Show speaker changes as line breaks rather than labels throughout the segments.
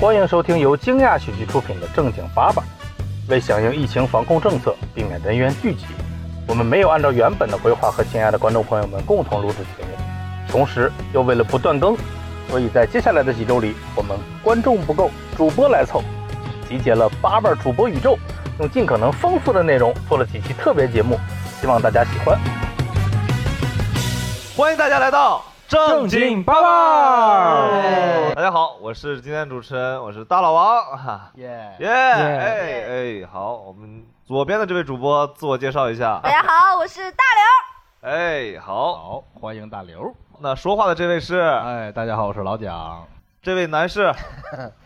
欢迎收听由惊讶喜剧出品的《正经八百》。为响应疫情防控政策，避免人员聚集，我们没有按照原本的规划和亲爱的观众朋友们共同录制节目，同时又为了不断更，所以在接下来的几周里，我们观众不够，主播来凑，集结了八瓣主播宇宙，用尽可能丰富的内容做了几期特别节目，希望大家喜欢。
欢迎大家来到正经八百。大家好，我是今天主持人，我是大老王，哈，
耶！
耶，哎哎，好，我们左边的这位主播自我介绍一下
哎
大，家好，我是大刘。
哎，好，
好，欢迎大刘。
那说话的这位是
哎，大家好，我是老蒋。
这位男士，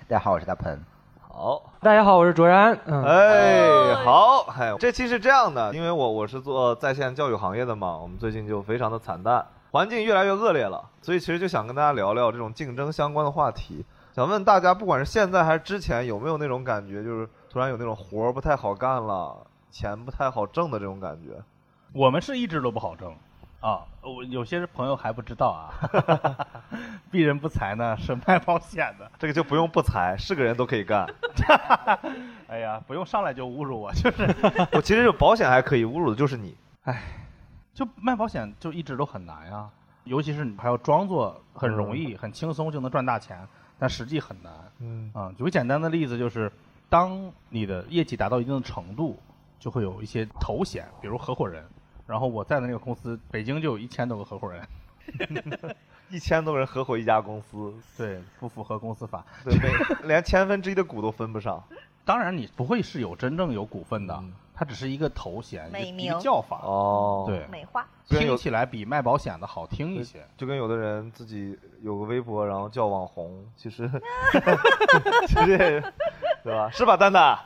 大家好，我是大喷。
好，
大家好，我是卓然。嗯，
哎，好，哎，这期是这样的，因为我我是做在线教育行业的嘛，我们最近就非常的惨淡，环境越来越恶劣了，所以其实就想跟大家聊聊这种竞争相关的话题。想问大家，不管是现在还是之前，有没有那种感觉，就是突然有那种活儿不太好干了，钱不太好挣的这种感觉？
我们是一直都不好挣啊，我有些朋友还不知道啊。 鄙人不才呢，是卖保险的。
这个就不用不裁，是个人都可以干。
哎呀，不用上来就侮辱我， 就是
我其实就保险还可以，侮辱的就是你。
就卖保险就一直都很难呀，尤其是你还要装作很容易、很轻松就能赚大钱，但实际很难。
嗯
啊、举个简单的例子就是，当你的业绩达到一定的程度，就会有一些头衔，比如合伙人。然后我在的那个公司，北京就有一千多个合伙人，
一千多人合伙一家公司，
对，不符合公司法。
对，每连千分之一的股都分不上。
当然，你不会是有真正有股份的，
嗯
它只是一个头衔，一个
美名
一个叫法。
哦，
对，
美化，
虽然有
听起来比卖保险的好听一些。
就跟有的人自己有个微博，然后叫网红，其 实其实也对吧？是吧，丹丹？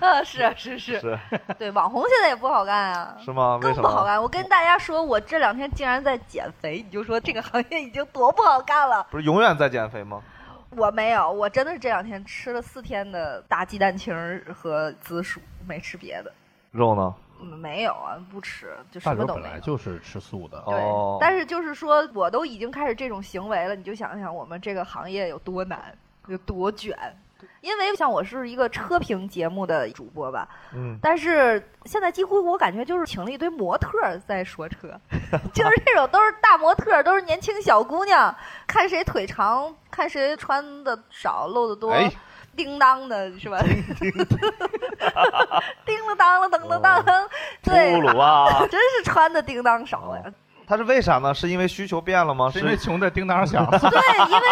呃， 是是是，
是
对，网红现在也不好干啊，
是吗？为
更
什
不好
么？
干。我跟大家说，我这两天竟然在减肥，你就说这个行业已经多不好干了。
不是永远在减肥吗？
我没有，我真的是这两天吃了四天的大鸡蛋清儿和紫薯，没吃别的，
肉呢？
嗯没有啊，不吃，就
大
什么
刘
都
本
没
来
有。
就是吃素的，
对，
哦
但是就是说，我都已经开始这种行为了，你就想想我们这个行业有多难，有多卷。因为像我是一个车评节目的主播吧，
嗯，
但是现在几乎我感觉就是请了一堆模特儿在说车，就是这种都是大模特儿，都是年轻小姑娘，看谁腿长，看谁穿的少露的多，
哎
叮当的是吧？ 叮了当了，噔噔当，
布
对，
鲁 啊，
真是穿的叮当少呀。
它是为啥呢？是因为需求变了吗？
是
是
因为穷的叮当响。
对，因为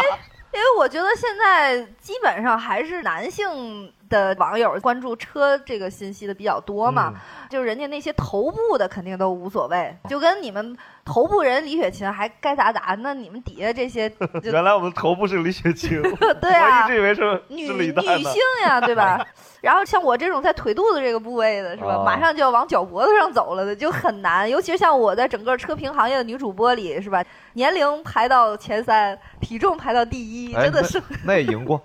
因为我觉得现在基本上还是男性的网友关注车这个信息的比较多嘛，
嗯
就是人家那些头部的肯定都无所谓，就跟你们头部人李雪琴还该咋咋，那你们底下 这些就
原来我们头部是李雪琴，
对
我
啊
一。直以为是
女
是
女
李诞呢
性。呀，对吧？ 然后像我这种在腿肚子这个部位的是吧，
哦
马上就要往脚脖子上走了的，就很难。尤其是像我在整个车评行业的女主播里是吧，年龄排到前三，体重排到第一，
哎
真的是
那也赢过，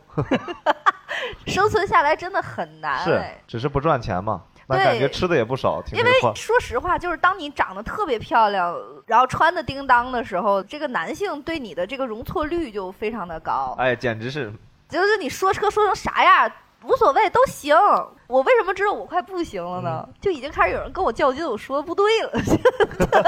生存下来真的很难、
是
哎。
只是不赚钱嘛。那
对
感觉吃的也不少，听
因
这
为
话。
说实话，就是当你长得特别漂亮，然后穿的叮当的时候，这个男性对你的这个容错率就非常的高，
哎，简直是
就是你说车说成啥样无所谓都行。我为什么知道我快不行了呢？
嗯
就已经开始有人跟我较劲，我说不对
哦
了，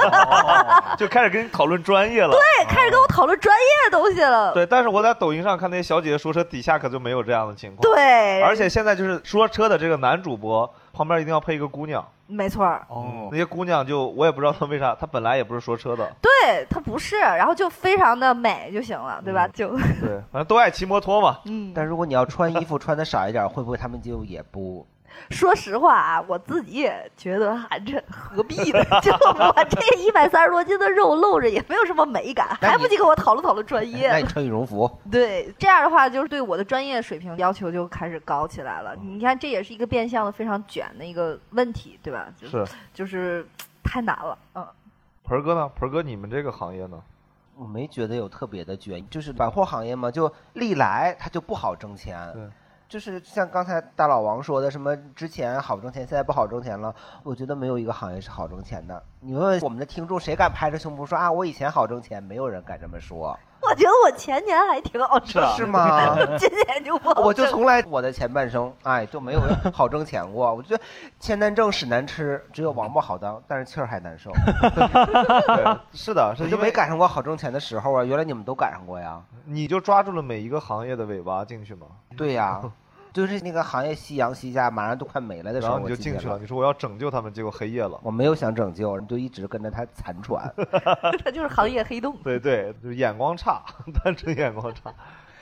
就开始跟你讨论专业了。
对，开始跟我讨论专业的东西了。
对，但是我在抖音上看那些小姐姐说车，底下可就没有这样的情况。，
对，
而且现在就是说车的这个男主播旁边一定要配一个姑娘，
没错儿，，
哦
那，些姑娘就我也不知道她为啥，她本来也不是说车的
对他不是，然后就非常的美就行了，对吧？
嗯
就
对，反正都爱骑摩托嘛。，
嗯。
但如果你要穿衣服穿的少一点，会不会他们就也不？
说实话啊，我自己也觉得，啊，这何必呢？ 就我这一百三十多斤的肉露着也没有什么美感，
那你
还不去跟我讨论讨论专
那
业？
你穿羽绒服，
对，这样的话就是对我的专业水平要求就开始高起来
哦
了。你看，这也是一个变相的非常卷的一个问题，对吧？就是就是太难了，嗯。
盆儿哥呢？盆儿哥，你们这个行业 呢？
我没觉得有特别的卷，就是百货行业嘛，就历来它就不好挣钱
对。
就是像刚才大老王说的，什么之前好挣钱，现在不好挣钱了。我觉得没有一个行业是好挣钱的。你问问我们的听众，谁敢拍着胸脯说啊，我以前好挣钱？没有人敢这么说。
我觉得我前年还挺好挣，
是吗？
今年就不好挣。
我就从来我的前半生，哎，就没有好挣钱过。我觉得钱难挣，屎难吃，只有王八好当，但是气儿还难受。
对是的，是
我
因
就没
为
赶上过好挣钱的时候啊！原来你们都赶上过呀？
你就抓住了每一个行业的尾巴进去嘛，
对呀、就是那个行业夕阳西下，马上都快没了的时
然后
候，
你就
我记
进
得
去了。。你说我要拯救他们，结果黑夜了。
我没有想拯救，就一直跟着他残 喘。
它就是行业黑洞。
对对，就是眼光差， 单纯眼光差。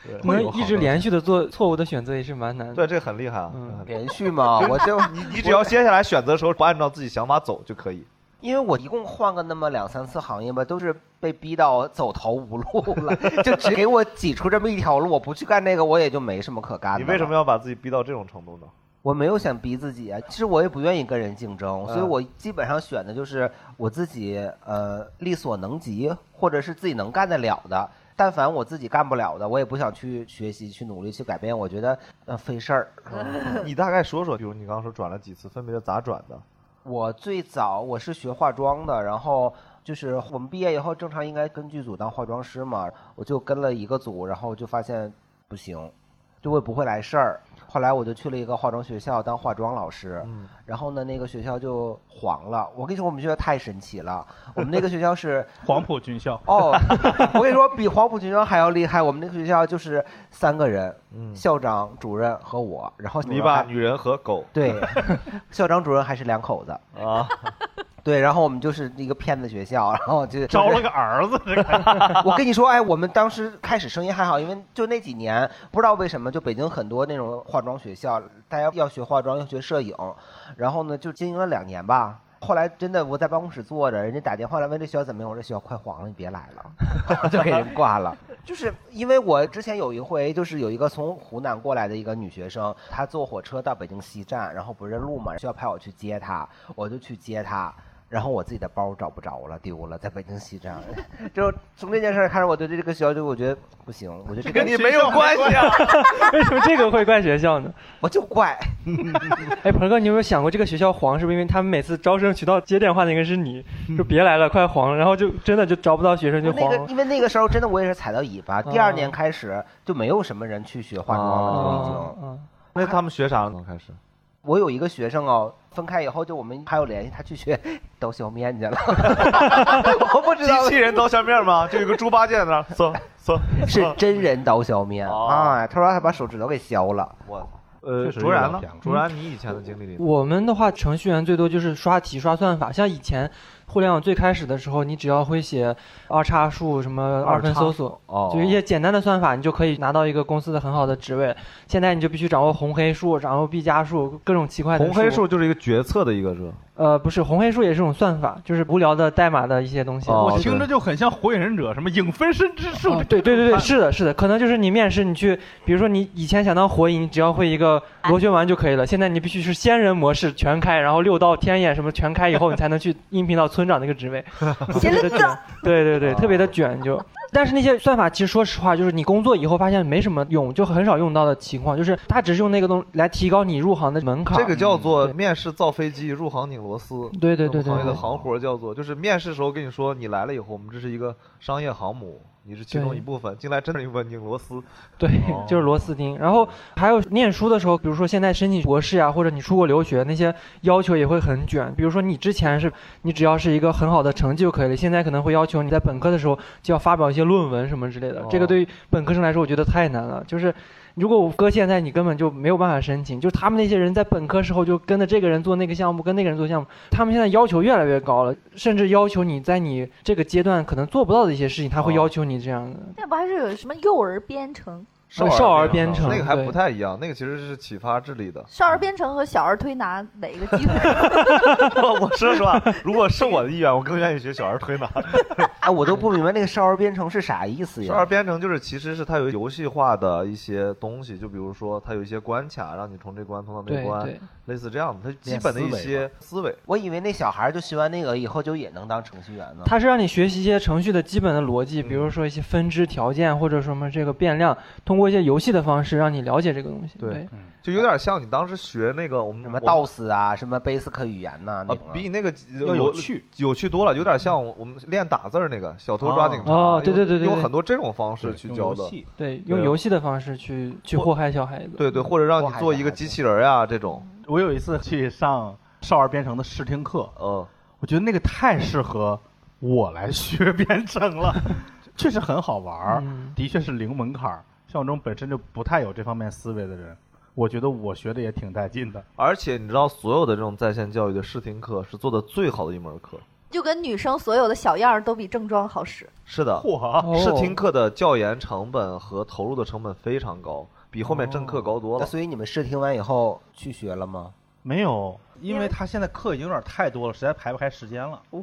对
能一直。连续的做错误的选择也是蛮难
对，
的。
这很厉害啊！
嗯
这很厉害
连续嘛，我就
你你只要接下来选择的时候不按照自己想法走就可以。
因为我一共换个那么两三次行业吧，都是被逼到走投无路了， 就只给我挤出这么一条路，我不去干这个，我也就没什么可干的。
你为什么？要把自己逼到这种程度呢？
我没有想逼自己啊，其实我也不愿意跟人竞争，所以
嗯
我基本上选的就是我自己呃力所能及，或者是自己能干得了的。但凡我自己干不了的，我也不想去学习、去努力、去改变，我觉得呃费事儿。
你大概说说，比如你刚刚说转了几次，分别是咋转的？
我最早我是学化妆的，然后就是我们毕业以后正常应该跟剧组当化妆师嘛，我就跟了一个组，然后就发现不行，就会不会来事儿。后来我就去了一个化妆学校当化妆老师，
嗯
然后呢，那个学校就黄了。我跟你说，我们学校太神奇了。我们那个学校是，
黄埔军校
哦，我跟你说，比黄埔军校还要厉害。我们那个学校就是三个人，
嗯，
校长、主任和我，然后
你把女人和 狗
对 校长、主任还是两口子，
啊，
对，然后我们就是一个骗子学校，然后就
招了。个儿子，这个
我跟你说，哎，我们当时开始生意还好，因为就那几年，不知道为什么，就北京很多那种化妆学校，大家要学化妆，要学摄影，然后呢，就经营了两年吧。后来真的我在办公室坐着，人家打电话来问这学校怎么样，我说这学校快黄了，你别来了， 就给人挂了。就是因为我之前有一回，就是有一个从湖南过来的一个女学生，她坐火车到北京西站，然后不认路嘛，需要派我去接她，我就去接她。然后我自己的包找不着了，丢了，在北京西站。 就从这件事儿开始，我对这个学校就我觉得不行，我觉得这
跟
个
你没有关系啊。
为什么这个会怪学校呢？
我就怪，
哎，鹏哥，你有没有想过这个学校黄是不是因为他们每次招生渠道接电话那个是 你，说别来了，快黄了，然后就真的就招不到学生就
那
黄
个
了。
因为那个时候真的我也是踩到尾巴。第二年开始就没有什么人去学化
哦
妆了，就已经。
啊啊
那他们学啥了呢？开 始
我有一个学生哦，分开以后就我们还有联系，他去学 刀削面去了。我不知道
机器人刀削面吗？就有个猪八戒在 那儿嗦嗦。
是真人刀削面
哦
啊！他说他把手指头给削了。
我呃，
确实
卓然
有
呢
点偏了？
卓然，你以前的经历里呢，
我们的话，程序员最多就是刷题、刷算法。像以前互联网最开始的时候，你只要会写二叉树、什么二分搜索，
哦
就是一些简单的算法，你就可以拿到一个公司的很好的职位。现在你就必须掌握红黑数，掌握毕加数，各种奇怪的
红黑数就是一个决策的一个热。
呃，不是红黑数也是种算法，就是无聊的代码的一些东西。
哦
我听着就很像火影忍者，什么影分身之术，
哦对对对对，是的，是的，可能就是你面试，你去，比如说你以前想当火影，你只要会一个螺旋丸就可以了。现在你必须是仙人模式全开，然后六道天眼什么全开以后，你才能去应聘到村长那个职 位。特别的卷，对对对，特别的卷就。但是那些算法其实说实话，就是你工作以后发现没什么用，就很少用到的情况，就是它只是用那个东来提高你入行的门槛。
这个叫做
对
面试造飞机，入行拧螺丝。
对对对
我们行业
对
的行活叫做，就是面试时候跟你说，你来了以后，我们这是一个商业航母，你是其中
对
一部分，进来真是一部分拧螺丝。
对，
哦
就是螺丝钉。然后还有念书的时候，比如说现在申请博士呀、或者你出国留学，那些要求也会很卷。比如说你之前是你只要是一个很好的成绩就可以了，现在可能会要求你在本科的时候就要发表一些论文什么之类的。这个
哦
对于本科生来说，我觉得太难了。就是如果我搁现在，你根本就没有办法申请。就是他们那些人在本科时候就跟着这个人做那个项目，跟那个人做项目，他们现在要求越来越高了，甚至要求你在你这个阶段可能做不到的一些事情，他会
哦
要求你这样的。
那不还是有什么幼儿编程、。
少少儿编
那个还
对
不太一样，那个其实是启发智力的
少儿编程和小儿推拿哪个基本？
我说实话，如果是我的意愿，我更愿意学小儿推 拿。
哎，我都不明白那个少儿编程是啥意思
少儿
呀？
编程就是其实是它有游戏化的一些东西，就比如说它有一些关卡，让你从这关通到那
对
关
对，
类似这样的，它基
练
本的
思
一
维
些思维。
我以为那小孩就学完那个以后就也能当程序员呢。
它是让你学习一些程序的基本的逻辑，比如说一些分支条件或者什么这个变量，通过一些游戏的方式让你了解这个东西。
对
对，
就有点像你当时学那个我们
什么
我们
DOS 啊，什么贝斯克语言呐、那
啊
种，
比你那个
要有趣，
有趣多了，有点像我们练打字儿那个小偷抓警察，
哦哦对对对对
用
对
很多这种方式去
用
教
游
的，
戏
对，用
对
游戏的方式去去祸害小孩子。
对对，或者让
祸
你
害
做
小
一个
孩
机
子
器人儿啊这种，
我有一次去上少儿编程的试听课，
嗯，
我觉得那个太适合我来学编程了，确实很好玩儿，
嗯
的确是零门槛儿。像我这种本身就不太有这方面思维的人，我觉得我学的也挺带劲的。
而且你知道，所有的这种在线教育的试听课是做的最好的一门课，
就跟女生所有的小样儿都比正装好使。
是的，
嚯，
哦
试听课的教研成本和投入的成本非常高，比后面正课高多
那
了。
所以你们试听完以后去学了吗？
没有，
因
因
为
为他现在课已经有点太多了，实在排不开时间了。
哦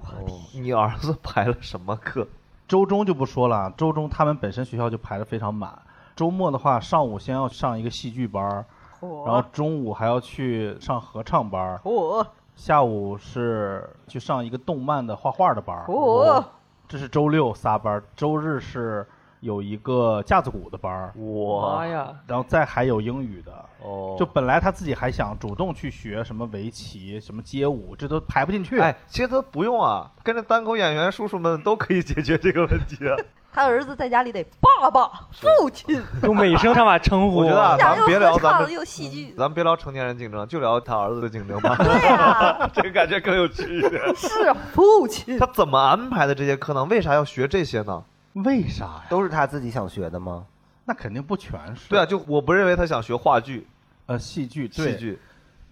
你儿子排了什么课？
周中就不说了，周中他们本身学校就排的非常满。周末的话，上午先要上一个戏剧班儿，然后中午还要去上合唱班儿，
哦
下午是去上一个动漫的画画的班儿。
哦，
这是周六仨班儿，周日是有一个架子鼓的班儿，
我
妈呀！
然后再还有英语的。
哦，
就本来他自己还想主动去学什么围棋、什么街舞，这都排不进去。
哎，其实他不用啊，跟着单口演员叔叔们都可以解决这个问题。啊
他儿子在家里得爸爸、父亲，
用美声上把称呼。
我觉得啊咱
想
们
又
别聊
合
咱
唱
们
又戏剧。
嗯
咱们别聊成年人竞争，就聊他儿子的竞 争吧，
对呀，
这个感觉更有趣一点。
是啊父亲
他。怎么安排的这些课呢？为啥要学这些呢？
为啥呀？
都是他自己想学的吗？
那肯定不全是。
对啊，，就我不认为他想学话剧、
呃，戏剧，对
戏，剧。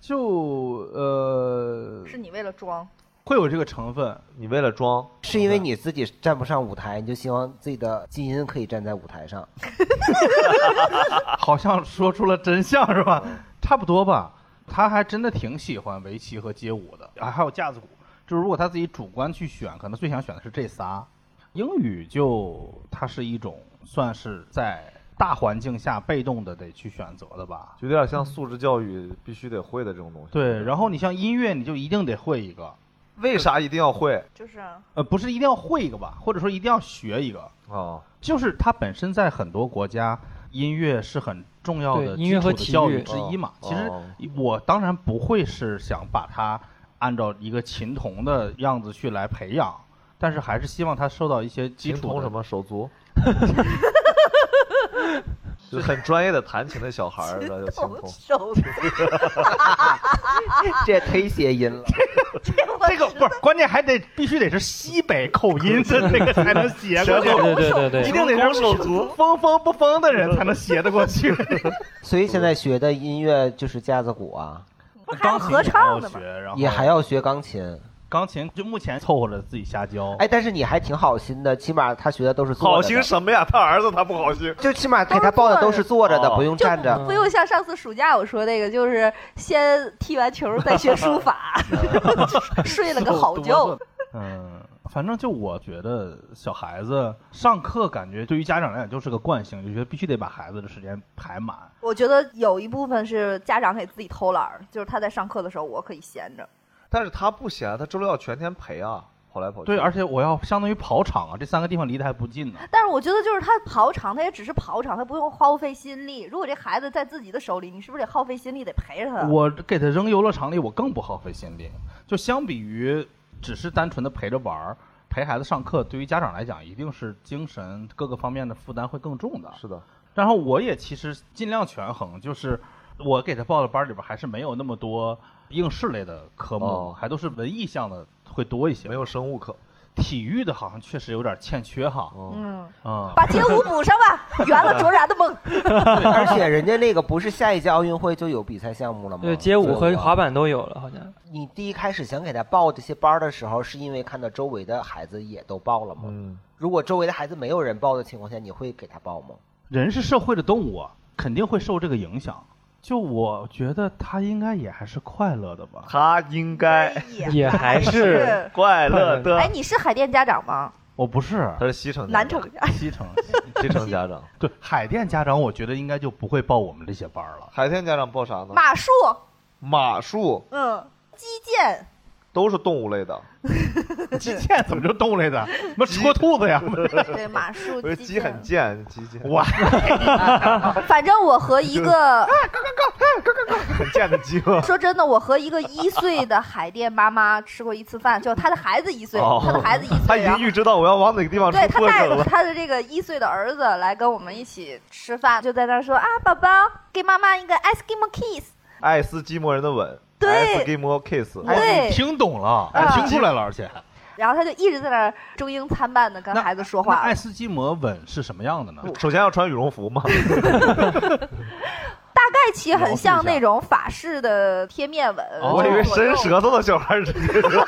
就呃
是你为了装，
会有这个成分。
你为了装，
是因为你自己站不上舞台，你就希望自己的基因可以站在舞台上。
好像说出了真相是 吧？差不多吧。他还真的挺喜欢围棋和街舞的，啊，还有架子鼓。就是如果他自己主观去选，可能最想选的是这仨。英语就它是一种算是在大环境下被动的得去选择的吧。
就有点像素质教育必须得会的这种东西。
对，然后你像音乐，你就一定得会一个，
为啥一定要会
就是啊
呃，不是一定要会一个吧，或者说一定要学一个，
啊？
就是它本身在很多国家，音乐是很重要的
对音乐和
基础
体
的教
育
育之一嘛。
哦
其
哦
实我当然不会是想把它按照一个琴童的样子去来培养，但是还是希望他受到一些基
精
础
通
的
什么手 足，就很专业的弹琴的小孩儿，然后就精 通。
手足，
这忒谐音了。
这个不是关键，还得必须得是西北口 音的那个才能写过去，
对对对
一
对，
定得是手足风风不风的人才能写得过去。
所以现在学的音乐就是架子鼓啊，
还有合唱的
钢琴也
嘛
要学，然后
也还要学钢琴。
哦
钢琴，就目前凑合着自己瞎教。
哎，但是你还挺好心的，起码他学的都是坐
好
着
心
的，
什么呀？他儿子他不好心。
就起码给他报的都是坐着的，
哦
不用 站着。
不用像上次暑假我说那个，就是先踢完球再学 书法，睡了个好觉。
嗯，反正就我觉得小孩子上课感觉对于家长来讲就是个惯性，就觉得必须得把孩子的时间排满。
我觉得有一部分是家长给自己偷懒儿，就是他在上课的时候我可以闲着。
但是他不闲，他周六要全天陪啊，跑来跑去。
对，而且我要相当于跑场啊，这三个地方离得还不近呢。
但是我觉得就是他跑场，他也只是跑场，他不用耗费心力。如果这孩子在自己的手里，你是不是得耗费心力得陪着他？
我给他扔游乐场里，我更不耗费心力。就相比于只是单纯的陪着玩儿，陪孩子上课，对于家长来讲，一定是精神各个方面的负担会更重的。
是的，
然后我也其实尽量权衡，就是我给他报的班里边还是没有那么多应试类的科目，
哦
还都是文艺项的会多一些。
没有生物课。
体育的，好像确实有点欠缺哈。
嗯，
嗯，
嗯，
把街舞补 上吧，圆了卓然的梦。
而且人家那个不是下一届奥运会就有比赛项目了吗？
对，街舞和
对吧
滑。板都有了，好像。
你第一开始想给他报这些班儿的时候，是因为看到周围的孩子也都报了吗？
嗯，
如果周围的孩子没有人报的情况下，你会给他报吗？
人是社会的动物，肯定会受这个影响。就我觉得他应该也还是快乐的吧。
他应该
也还是
快乐
哎，
的。
你是海淀家长吗？
我不是
他是西城家
南
长
城家长。
西城，
西城家 长，
对海淀家长，我觉得应该就不会报我们这些班儿了。
海天家长报啥呢？
马术，
马术，
嗯，击剑，
都是动物类的，
击剑怎么就动类的？什么戳兔子呀？
对马术
我觉得鸡很贱，鸡贱，
哇，
反正我和一个？
很贱的 鸡吗
说真的，我和一个一岁的海淀妈妈吃过一次饭，就她的孩子一岁，
哦
她的孩子一
他
岁，
已
然
经
后
预知到我要往哪个地方出
对她
破
带
绽
着
了。
她的这个一岁的儿子来跟我们一起吃饭，就在那儿说啊，宝宝给妈妈一个 Eskimo kiss，
爱斯基摩人的吻，
对
爱斯基摩 kiss，
对
哎你听懂了，哎
啊
听出来了，而且
然后她就一直在那儿中英参半的跟
那
孩子说
那哎
话
爱。斯基摩吻是什么样的呢？
首先要穿羽绒服嘛，
大概其
描
很
述一下
像那种法式的贴面吻，
哦
我以为
就左右
伸舌头的小孩儿直接说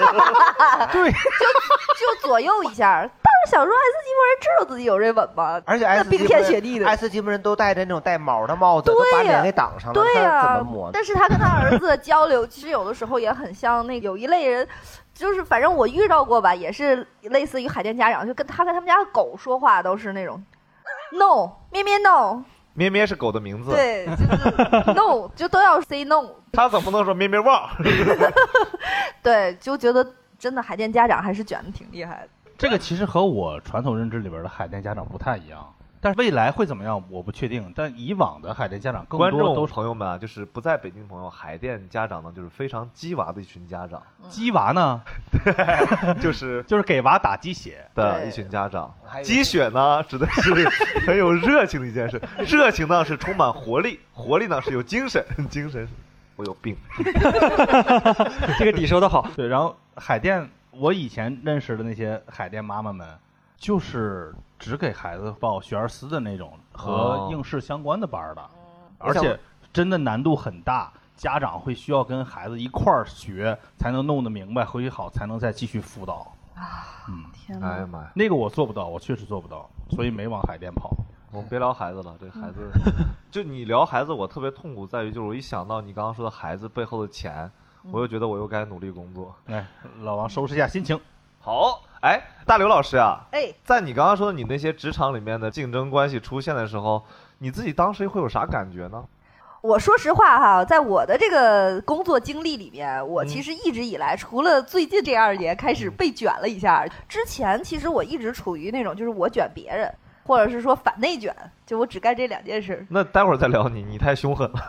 对，
就左右一下。当时想说，爱斯基摩人知道自己有这吻吗？
而且
哎
爱
那
斯基
冰
摩
天
人
雪地的
爱斯基摩人都戴着那种带毛的帽子，
对
都把
呀
脸给挡上了，
对呀、
啊他怎么抹的？
但是他跟他儿子的交流，其实有的时候也很像那有一类人，就是反正我遇到过吧，也是类似于海淀家长，就跟他跟他们家的狗说话都是那种 no 咩咩 no，
咩咩是狗的名字，
对，就是 no 就都要 say no，
他总不能说咩咩旺？
对，就觉得真的海淀家长还是卷的挺厉害的。
这个其实和我传统认知里边的海淀家长不太一样，但是未来会怎么样我不确定。但以往的海淀家长更
观
多
众
都是
朋友们啊，就是不在北京的朋友，海淀家长呢就是非常鸡娃的一群家长，
鸡娃呢，
就是
就是给娃打鸡血，
的
对
一群家长。
还有
鸡血呢，指的 是很有热情的一件事，热情呢是充满活力，活力呢是有精神，精神是我有病。
这个底说的好，
对。然后海淀，我以前认识的那些海淀妈妈们，就是只给孩子报学而思的那种和
哦
应试相关的班儿的，
哦我
而
想
且真的难度很大。家长会需要跟孩子一块儿学，才能弄得明白，回去好才能再继续辅导。
啊
嗯
天
哎呀！妈呀，
那个我做不到，我确实做不到，所以没往海淀跑。
我们别聊孩子了，这孩 子，就你聊孩子，我特别痛苦在于，就是我一想到你刚刚说的孩子背后的钱，我又觉得我又该努力工作。
哎，老王收拾一下心情。
好，哎，大刘老师啊，
哎，
在你刚刚说的你那些职场里面的竞争关系出现的时候，你自己当时会有啥感觉呢？
我说实话哈，在我的这个工作经历里面，我其实一直以来，除了最近这二年开始被卷了一下，之前其实我一直处于那种就是我卷别人，或者是说反内卷，就我只干这两件事儿。
那待会儿再聊你，你太凶狠了。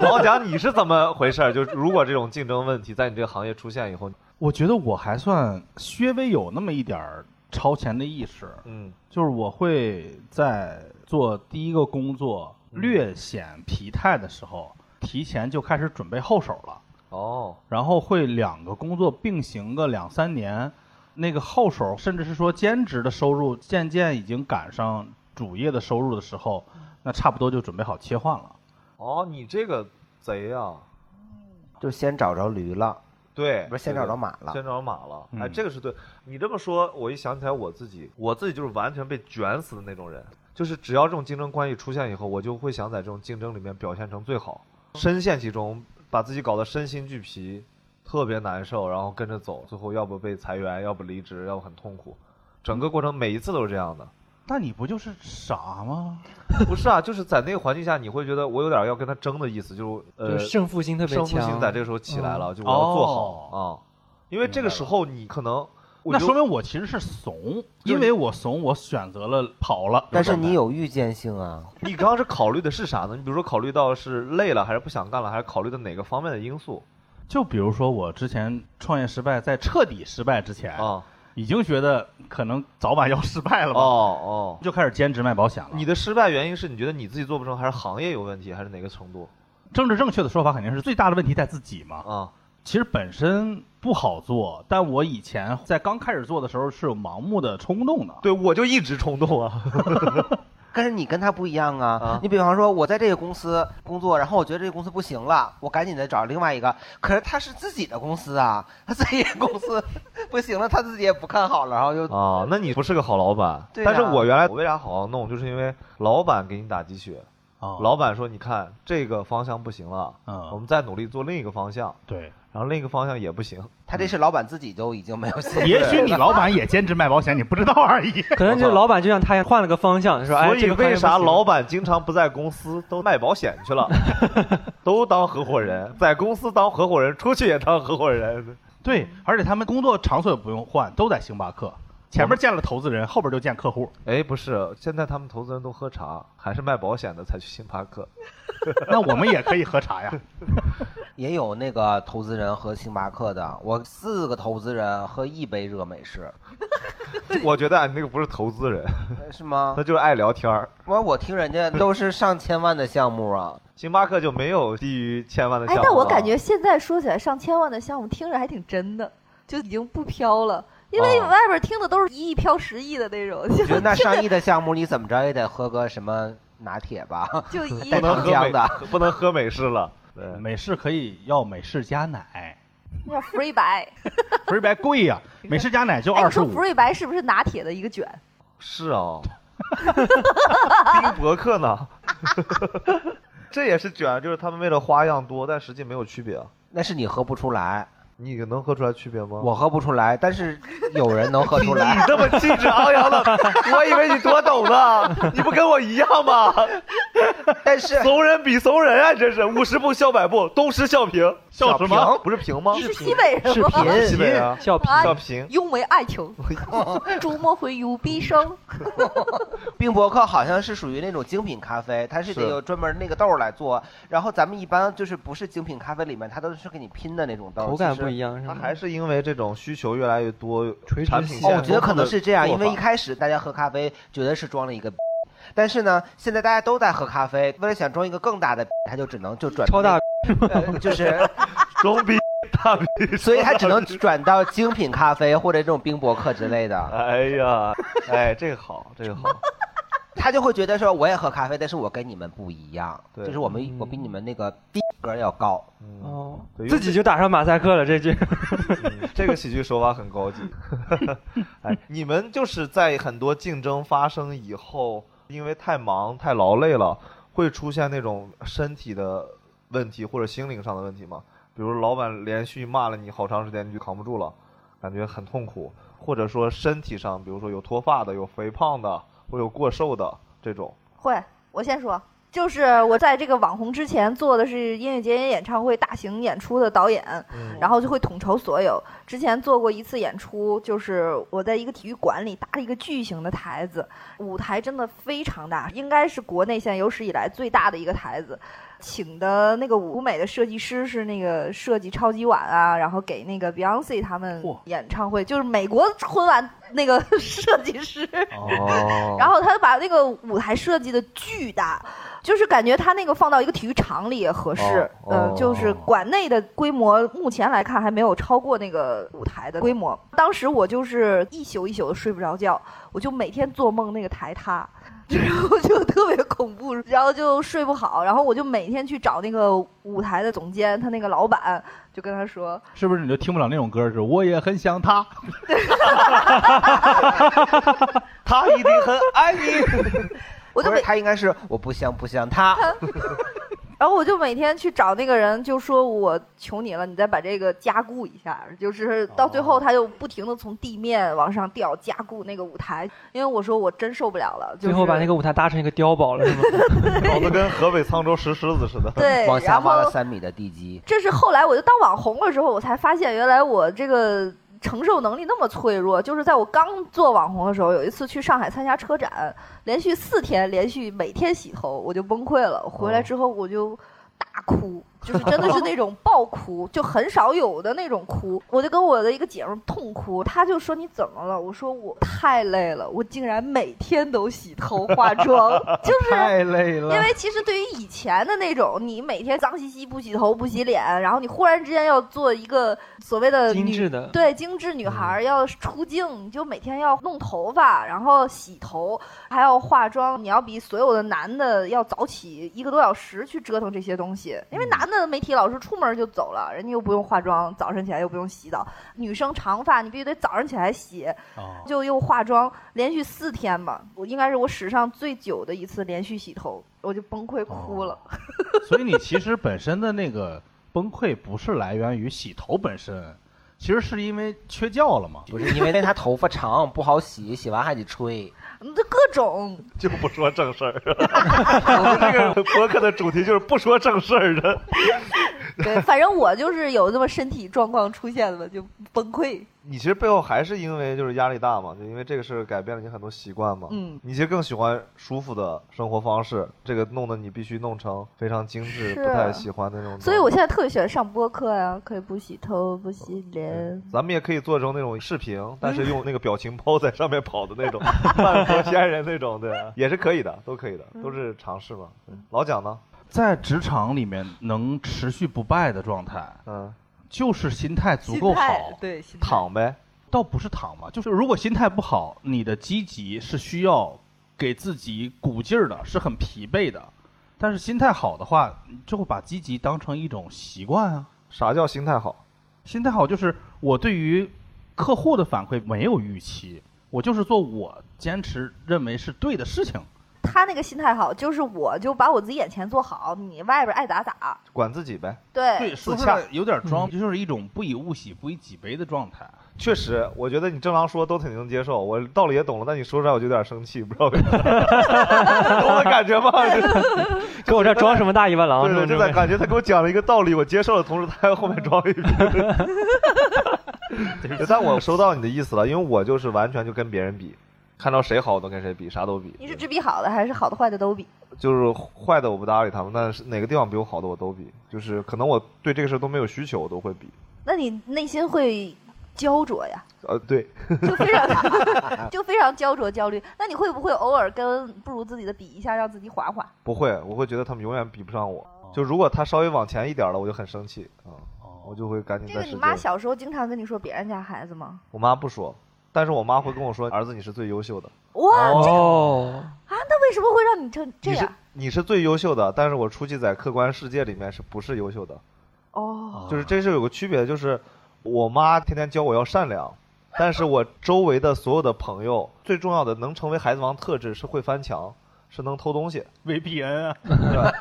老蒋，你是怎么回事儿？就是如果这种竞争问题在你这个行业出现以后，
我觉得我还算稍微有那么一点儿超前的意识，
嗯，
就是我会在做第一个工作略显疲态的时候，提前就开始准备后手了，
哦，
然后会两个工作并行个两三年，那个后手甚至是说兼职的收入渐渐已经赶上主业的收入的时候，那差不多就准备好切换了。
哦，你这个贼啊！
就先找着驴了，
对，
不是先找着马了
先找着马了。
嗯
哎，这个是对。你这么说，我一想起来我自己，我自己就是完全被卷死的那种人。就是只要这种竞争关系出现以后，我就会想在这种竞争里面表现成最好，深陷其中，把自己搞得身心俱疲，特别难受，然后跟着走，最后要不被裁员，要不离职，要不很痛苦。整个过程每一次都是这样的，
那你不就是傻吗？
不是啊，就是在那个环境下，你会觉得我有点要跟他争的意思，就是呃，
就是胜负心特别
胜
强。嗯哦
负心在这个时候起来了，就我要做好啊、因为这个时候你可能，我
那
觉得
说明我其实是怂，
是
因为我怂，我选择了跑了。
但是你有预见性啊，
你刚刚是考虑的是啥呢？你比如说考虑到是累了，还是不想干了，还是考虑的哪个方面的因素
就比如说我之前创业失败，在彻底失败之前，
啊？
已经觉得可能早晚要失败了
哦
吧，
哦，
就开始兼职卖保险了。
你的失败原因是你觉得你自己做不成，还是行业有问题，还是哪个程度
政治正确的说法肯定是最大的问题在自己嘛。
啊？
其实本身不好做，但我以前在刚开始做的时候是有盲目的冲动的。
对，我就一直冲动啊。
但是你跟他不一样啊！
啊
你比方说，我在这个公司工作，然后我觉得这个公司不行了，我赶紧的找另外一个。可是他是自己的公司啊， 他自己的公司不行了，他自己也不看好了，然后就
啊，那你不是个好老板。
对
但是
呀
我原来我为啥好好弄，就是因为老板给你打鸡血，
哦
老板说你看这个方向不行了，
嗯
我们再努力做另一个方向，
对，
然后另一个方向也不行。
他这是老板自己都已经没 有信
也许你老板也兼职卖保险，你不知道而已。
可能就是老板就让他换了个方向，说哎，
所
这
以
个方向
为啥
不行
老板经常不在公司，都卖保险 去了，都当合伙人，在公司当合伙人，出去也当合伙人。
嗯
对，而且他们工作场所也不用换，都在星巴克。前面见了投资人，后边就见客 户。
哎，不是，现在他们投资人都喝茶，还是卖保险的才去星巴克。
那我们也可以喝茶呀。
也有那个投资人和星巴克的，我四个投资人喝一杯热美式，
我觉得啊你那个不是投资人，
呃是吗
他？就是爱聊天儿。
我我听人家都是上千万的项目啊，
星巴克就没有低于千万的项
哎
目，了。
但我感觉现在说起来上千万的项目，听着还挺真的，就已经不飘了。因为
哦
外边听的都是一亿飘十亿的那种，
我觉得那上亿的项目你怎么着也得喝个什么拿铁吧？
就就 一
带
不能
糖
喝
浆
美
的，
不能喝美式了。对，
美式可以要美式加奶，
那 free 白，
不是白贵 呀、美式加奶就
哎，
二
你
十
说
五。
free 白是不是拿铁的一个卷？
是哦。冰博客呢？ 这也是卷，就是他们为了花样多，但实际没有区别啊。
那是你喝不出来，
你能喝出来区别吗？
我喝不出来，但是有人能喝出
你
来。
这么气质昂 扬的，我以为你多懂呢，你不跟我一样吗？
但是
怂人比怂人啊，这是五十步笑百步，东施效颦。
笑什么
不是平吗？
你是西北人吗？
西北啊，
笑贫。
啊
笑平。
因为爱 情，逐梦回有毕生。
冰博客好像是属于那种精品咖啡，它是得
是
有专门那个豆儿来做。然后咱们一般就是不是精品咖啡里面，它都是给你拼的那种豆儿，
口感
其实
不一样是
他
吗？
还是因为这种需求越来越多，
垂直
产品
性
哦，
线
我觉得可能是这样，
做
因
法
为一开始大家喝咖啡觉得是装了一个，但是呢，现在大家都在喝咖啡，为了想装一个更大的，他就只能就转
超大，
呃，就是，
中逼大逼，
所以他只能转到精品咖啡或者这种冰博客之类 的，
哎呀，哎，这个好，这个 好，
他就会觉得说我也喝咖啡，但是我跟你们不一样，
对
就是我们
嗯
我比你们那个逼格要高。
嗯，
哦
对，
自己就打上马赛克了这句。
嗯 这个喜剧手法很高级。 哎，你们就是在很多竞争发生以后，因为太忙太劳累了，会出现那种身体的问题或者心灵上的问题吗？比如老板连续骂了你好长时间，你就扛不住了，感觉很痛苦，或者说身体上，比如说有脱发的、有肥胖的，或有过瘦的这种。
会，我先说，就是我在这个网红之前做的是音乐节演唱会大型演出的导演，
嗯
然后就会统筹所有。之前做过一次演出，就是我在一个体育馆里搭了一个巨型的台子，舞台真的非常大，应该是国内现在有史以来最大的一个台子。请的那个舞美的设计师是那个设计超级碗啊，然后给那个 Beyonce 他们
嚯
演唱会，就是美国春晚那个 设计师，
哦
然后他把那个舞台设计的巨大，就是感觉他那个放到一个体育场里也合适。
哦
呃
哦，
就是馆内的规模，目前来看还没有超过那个舞台的规模。当时我就是一宿一宿的睡不着觉，我就每天做梦那个台塌。 然后就特别恐怖，然后就睡不好，然后我就每天去找那个舞台的总监，他那个老板，就跟他说，
是不是你就听不了那种歌？就是我也很想他，
他一定 很爱你。
我就
不
每
是，他应该是我不香不香他，
然后我就每天去找那个人，就说我求你了，你再把这个加固一下。就是到最
哦
后，他就不停的从地面往上掉，加固那个舞台。因为我说我真受不了了，就是、
最后把那个舞台搭成一个碉堡了是吗？
搞得哦跟河北沧州石狮子似的。
对，
往下
然
挖了
后
三米的地基。
这是后来我就当网红了之后，我才发现原来我这个承受能力那么脆弱。就是在我刚做网红的时候，有一次去上海参加车展，连续四天，连续每天洗头，我就崩溃了。我回来之后我就大哭，就是真的是那种爆哭，就很少有的那种哭。我就跟我的一个姐们儿痛哭，她就说你怎么了？我说我太累了，我竟然每天都洗头化妆， 就是
太累了
因。为其实对于以前的那种，你每天脏兮兮不洗头不洗脸，然后你忽然之间要做一个所谓
呃
的
精
女
致嗯的
对精致女孩儿嗯要出镜，你就每天要弄头发，然后洗头，还要化妆，你要比所有的男的要早起一个多小时去折腾这些东西，因为
嗯
男的媒体老师出门就走了，人家又不用化妆，早上起来又不用洗澡，女生长发你必须得早上起来洗，
哦
就又化妆，连续四天吧，我应该是我史上最久的一次连续洗头，我就崩溃哭了。
哦所以你其实本身的那个崩溃不是来源于洗头本身，其实是因为缺觉了嘛。
不是因为他头发长不好洗，洗完还得吹。
嗯这各种，
就不说正 事儿。我们这个博客的主题就是不说正事儿的。
对， 反正我就是有这么身体状况出现了就崩溃。
你其实背后还是因为就是压力大嘛，就因为这个事儿改变了你很多习惯嘛。
嗯，
你其实更喜欢舒服的生活方式，这个弄得你必须弄成非常精致，
是
不太喜欢那种。
所以我现在特别喜欢上播客呀、可以不洗头、不洗
嗯
脸。
咱们也可以做成那种视频，但是用那个表情包在上面跑的那种， 漫步仙人那种，对，啊 也是可以的，都可以的，
嗯
都是尝试嘛。对老蒋呢？
在职场里面能持续不败的状态，
嗯，
就是心态足
心
够好，
态对，心态
躺呗，
倒不是躺嘛，就是如果心态不好，你的积极是需要给自己鼓劲儿的，是很疲惫的。但是心态好的话，你就会把积极当成一种习惯啊。
啥叫心态好？
心态好就是我对于客户的反馈没有预期，我就是做我坚持认为是对的事情。
他那个心态好，就是我就把我自己眼前做好，你外边爱咋咋。
管自己呗。
对，
对，说
自
出
洽
来有点装，
嗯
就是一种不以物喜，不以己悲的状态。
确实，我觉得你正常说都挺能接受，我道理也懂了，但你说出来我就有点生气，不知道为啥，懂我的感觉吗？
跟我这装什么大尾巴狼？
对对，
是
就
不
在
是？
感觉他给我讲了一个道理，我接受了，同时他在后面装一句。但我收到你的意思了，因为我就是完全就跟别人比，看到谁好我都跟谁比，啥都比。
你是只比好的还是好的坏的都比？
就是坏的我不搭理他们，但是哪个地方比我好的我都比，就是可能我对这个事儿都没有需求，我都会比。
那你内心会焦灼呀，
呃，对，
就非常 就非常焦灼焦虑。那你会不会偶尔跟不如自己的比一下，让自己缓缓？
不会，我会觉得他们永远比不上我。
哦
就如果他稍微往前一点了，我就很生气啊、我就会赶紧
这
再
个
使
你
劲。
妈小时候经常跟你说别人家孩子吗？
我妈不说，但是我妈会跟我说：“儿子，你是最优秀的。
哇，
哦，
那为什么会让你成这
你是
样？
你是最优秀的，但是我出去在客观世界里面是不是优秀的？
哦，
就是这是有个区别的，就是我妈天天教我要善良，但是我周围的所有的朋友，最重要的能成为孩子王特质是会翻墙，是能偷东西。
VPN 啊，
嗯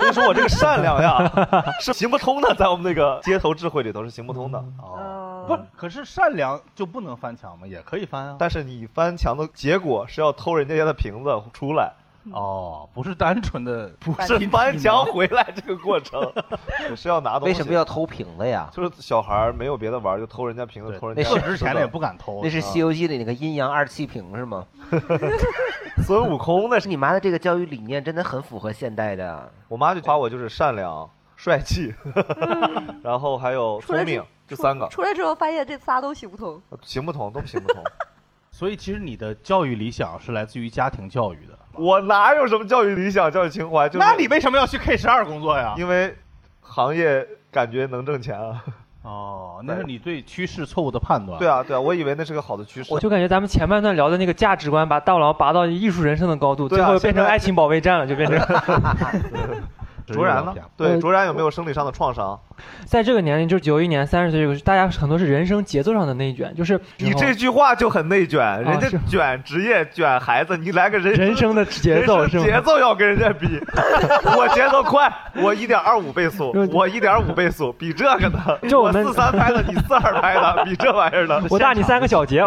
所以说我这个善良呀 是行不通的，在我们那个街头智慧里头是行不通的。
嗯
不，可是善良就不能翻墙吗？也可以翻啊。
但是你翻墙的结果是要偷人家家的瓶子出来，
哦，不是单纯的，不
不是翻墙回来这个过 程，是要拿东西。
为什么要偷瓶子呀？
就是小孩儿没有别的玩儿，就偷人家瓶子，
对
偷人家
那
特
是
吃的
值钱的也不敢偷。
那是《西游记》里那个阴阳二气瓶是吗？
孙悟空那
但
是。
是你妈的这个教育理念真的很符合现代的。
我妈就夸我就是善良、帅 气，然后还有
出来
聪
是
明，这三个
出来之后发现这仨都行不通。
行不通，都行不通。
所以其实你的教育理想是来自于家庭教育的。
我哪有什么教育理想、教育情怀？就是
那你为什么要去 K 十二工作呀？
因为行业感觉能挣钱 啊？
哦，那是你对趋势错误的判断。
对啊，对啊，我以为那是个好的趋势。
我就感觉咱们前半段聊的那个价值观，把大佬拔到艺术人生的高度，
对
最
啊
后
现
变
在
成爱情保卫战了，就变成。
对
卓然呢？对，
呃
卓然有没有生理上的创伤？
在这个年龄，就是九一年、三十岁这个，大家很多是人生节奏上的内卷，就是
你这句话就很内卷，人家
啊是
卷职业、卷孩子，你来个人
人生的节奏
人
是
生
吗？
节奏要跟人家比， 我节奏快，我一点二五倍速
就，
我一点五倍速，比这个呢，
就我们
四三拍的，你四二拍的，比这玩意儿呢，
我大你三个小节，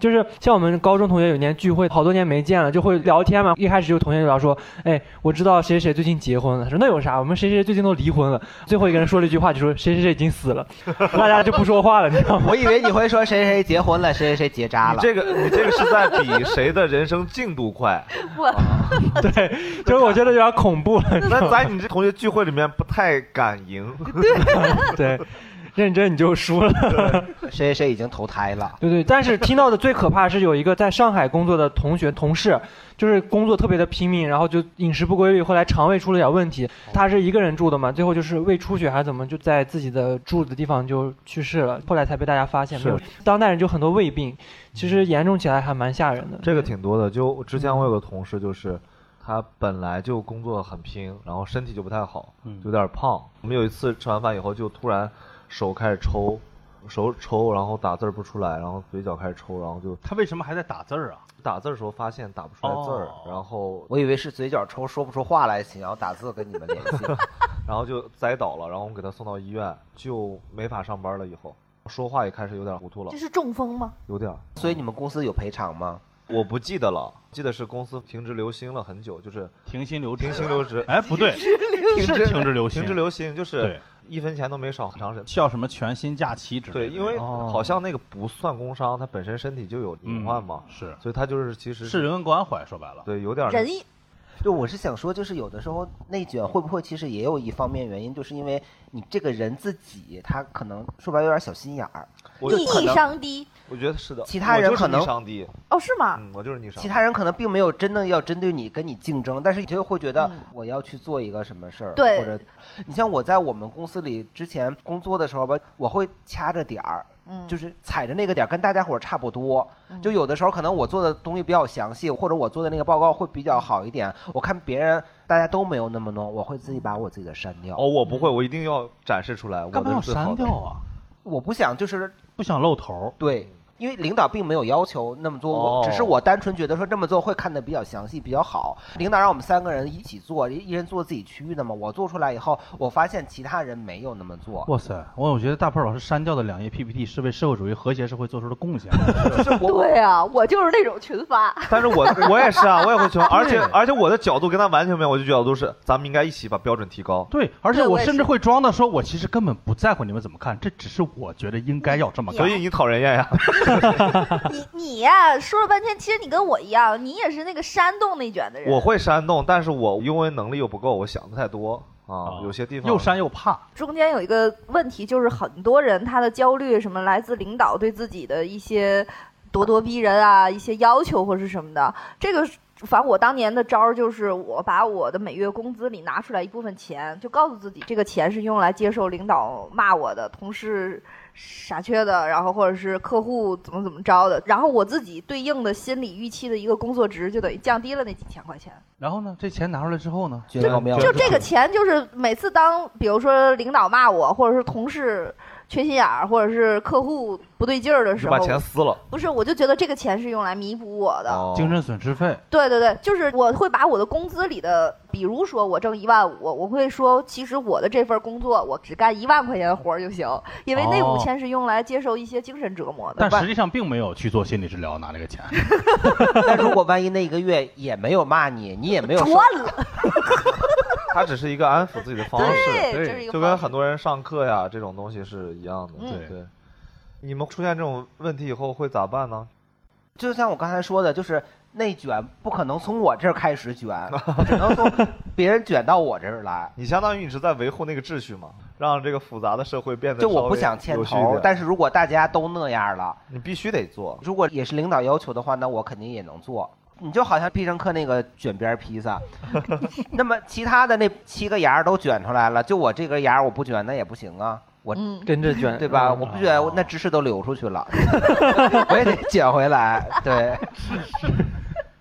就是像我们高中同学有一年聚会，好多年没见了，就会聊天嘛。一开始就同学就聊说，哎，我知道谁谁谁最近结婚了，说那有啥，我们谁谁谁最近都离婚了。最后一个人说了一句话，就说谁谁谁已经死了， 大家就不说话了，你知道吗？
我以为你会说谁谁谁结婚了，谁谁谁结扎
你
了。
这个你这个是在比谁的人生进度 快，
我
就是我觉得有点恐怖了，
那在你这同学聚会里面不太敢赢，
对，认真你就输了。
谁谁谁已经投胎了。
对对，但是听到的最可怕是有一个在上海工作的同学同事，就是工作特别的拼命，然后就饮食不规律，后来肠胃出了点问
哦
题。他是一个人住的嘛，最后就是胃出血还是怎么，就在自己的住的地方就去世了，后来才被大家发现。没有，当代人就很多胃病，其实严重起来还蛮吓人的。
这个挺多的。就之前我有个同事，就是他本来就工作很拼，然后身体就不太好，有点胖。我们有一次吃完饭以后，就突然手开始抽，手抽，然后打字儿不出来，然后嘴角开始抽，然后就
他为什么还在打字儿啊？
打字儿的时候发现打不出来字儿，
哦
然后
我以为是嘴角抽说不出话来，想要打字跟你们联 系。
然后就栽倒了，然后我们给他送到医院，就没法上班了。以后说话也开始有点糊涂了
这，是中风吗？
有点儿。
所以你们公司有赔偿吗？
我不记得了，记得是公司停职留薪了很久，就是
停薪留职
停薪留职，
哎，不对，是停职留薪
停职留薪就是
对
一分钱都没少，很长时间。
叫什么全薪假期之类的
对，因为
哦
好像那个不算工伤，他本身身体就有隐患嘛，
是
所以他就是其实
嗯是人文关怀，说白了，
对有点儿
仁义
就我是想说，就是有的时候内卷会不会其实也有一方面原因，就是因为你这个人自己他可能说白了有点小心眼儿，
我
就
逆
可
逆
能
商低
我觉得是的，
其他人
我就是
可能啊
逆商低，
哦，是吗？
嗯，我就是逆商低。
其他人可能并没有真的要针对你跟你竞争，但是你就会觉得
嗯
我要去做一个什么事儿，
对
或者你像我在我们公司里之前工作的时候吧，我会掐着点儿，
嗯，
就是踩着那个点儿跟大家伙儿差不多。
嗯
就有的时候可能我做的东西比较详细，或者我做的那个报告会
嗯
比较好一点。我看别人大家都没有那么弄，我会自己把我自己的删掉。
哦，我不
嗯
会，我一定要展示出来，我
干
的
嘛要
是最好
删
的
掉啊？
我不想就是
不想露头，
对，因为领导并没有要求那么做，我
哦
只是我单纯觉得说这么做会看得比较详细，比较好。领导让我们三个人一起做，一一人做自己区域的嘛。我做出来以后，我发现其他人没有那么做，
哇塞，我我觉得大胖老师删掉的两页 PPT 是为社会主义和谐社会做出的贡献。啊
就是我
对啊，我就是那种群发，
但是我我也是啊，我也 会穷，而且而且我的角度跟他完全没有，我就角度是咱们应该一起把标准提高。
对，而且
对我
我
也
甚至
是
会装的说，我其实根本不在乎你们怎么看，这只是我觉得应该要这么
所
干。
以你讨人厌呀？
你你呀、说了半天，其实你跟我一样，你也是那个煽动内卷的人。
我会煽动，但是我英文能力又不够，我想的太多啊，有些地方
哦又删又怕，
中间有一个问题，就是很多人他的焦虑什么来自领导对自己的一些咄咄逼人啊，一些要求或是什么的。这个是反正我当年的招儿就是，我把我的每月工资里拿出来一部分钱，就告诉自己这个钱是用来接受领导骂我的，同事傻缺的，然后或者是客户怎么怎么着的，然后我自己对应的心理预期的一个工作值就等于降低了那几千块钱。
然后呢，这钱拿出来之后呢，
觉得我没有
就
就这个钱，就是每次当比如说领导骂我，或者是同事缺心眼儿，或者是客户不对劲儿的
你
时
就
候
把，钱撕了。
不是，我就觉得这个钱是用来弥补我的。
哦
精神损失费，
对对对，就是我会把我的工资里的，比如说我挣一万五，我会说，其实我的这份工作我只干一万块钱的活儿就行，因为那
哦
五千是用来接受一些精神折磨的。
但实际上并没有去做心理治疗，拿那个 钱。
但如果万一那一个月也没有骂你，你也 没有
着
说，
了，
它只是一个安抚自己的方
对
式，
这是一
就
个方
跟
式
很多人上课呀这种东西是一样的。
嗯
对对，你们出现这种问题以后会咋办呢？
就像我刚才说的，就是内卷不可能从我这儿 开始卷，只能从别人卷到我这儿来。
你相当于你是在维护那个秩序嘛，让这个复杂的社会变得
就我
稍
不
微
想牵
有序一
头
点，
但是如果大家都那样了。
你必须得做。
如果也是领导要求的话，那我肯定也能做。你就好像必胜客那个卷边 披萨，那么其他的那七个芽儿都卷出来了，就我这个芽儿我不卷，那也不行啊，我、
嗯，
跟着 卷，
对吧？
嗯
我不卷，
哦
我那芝士都流出去了， 我也得卷回来。对，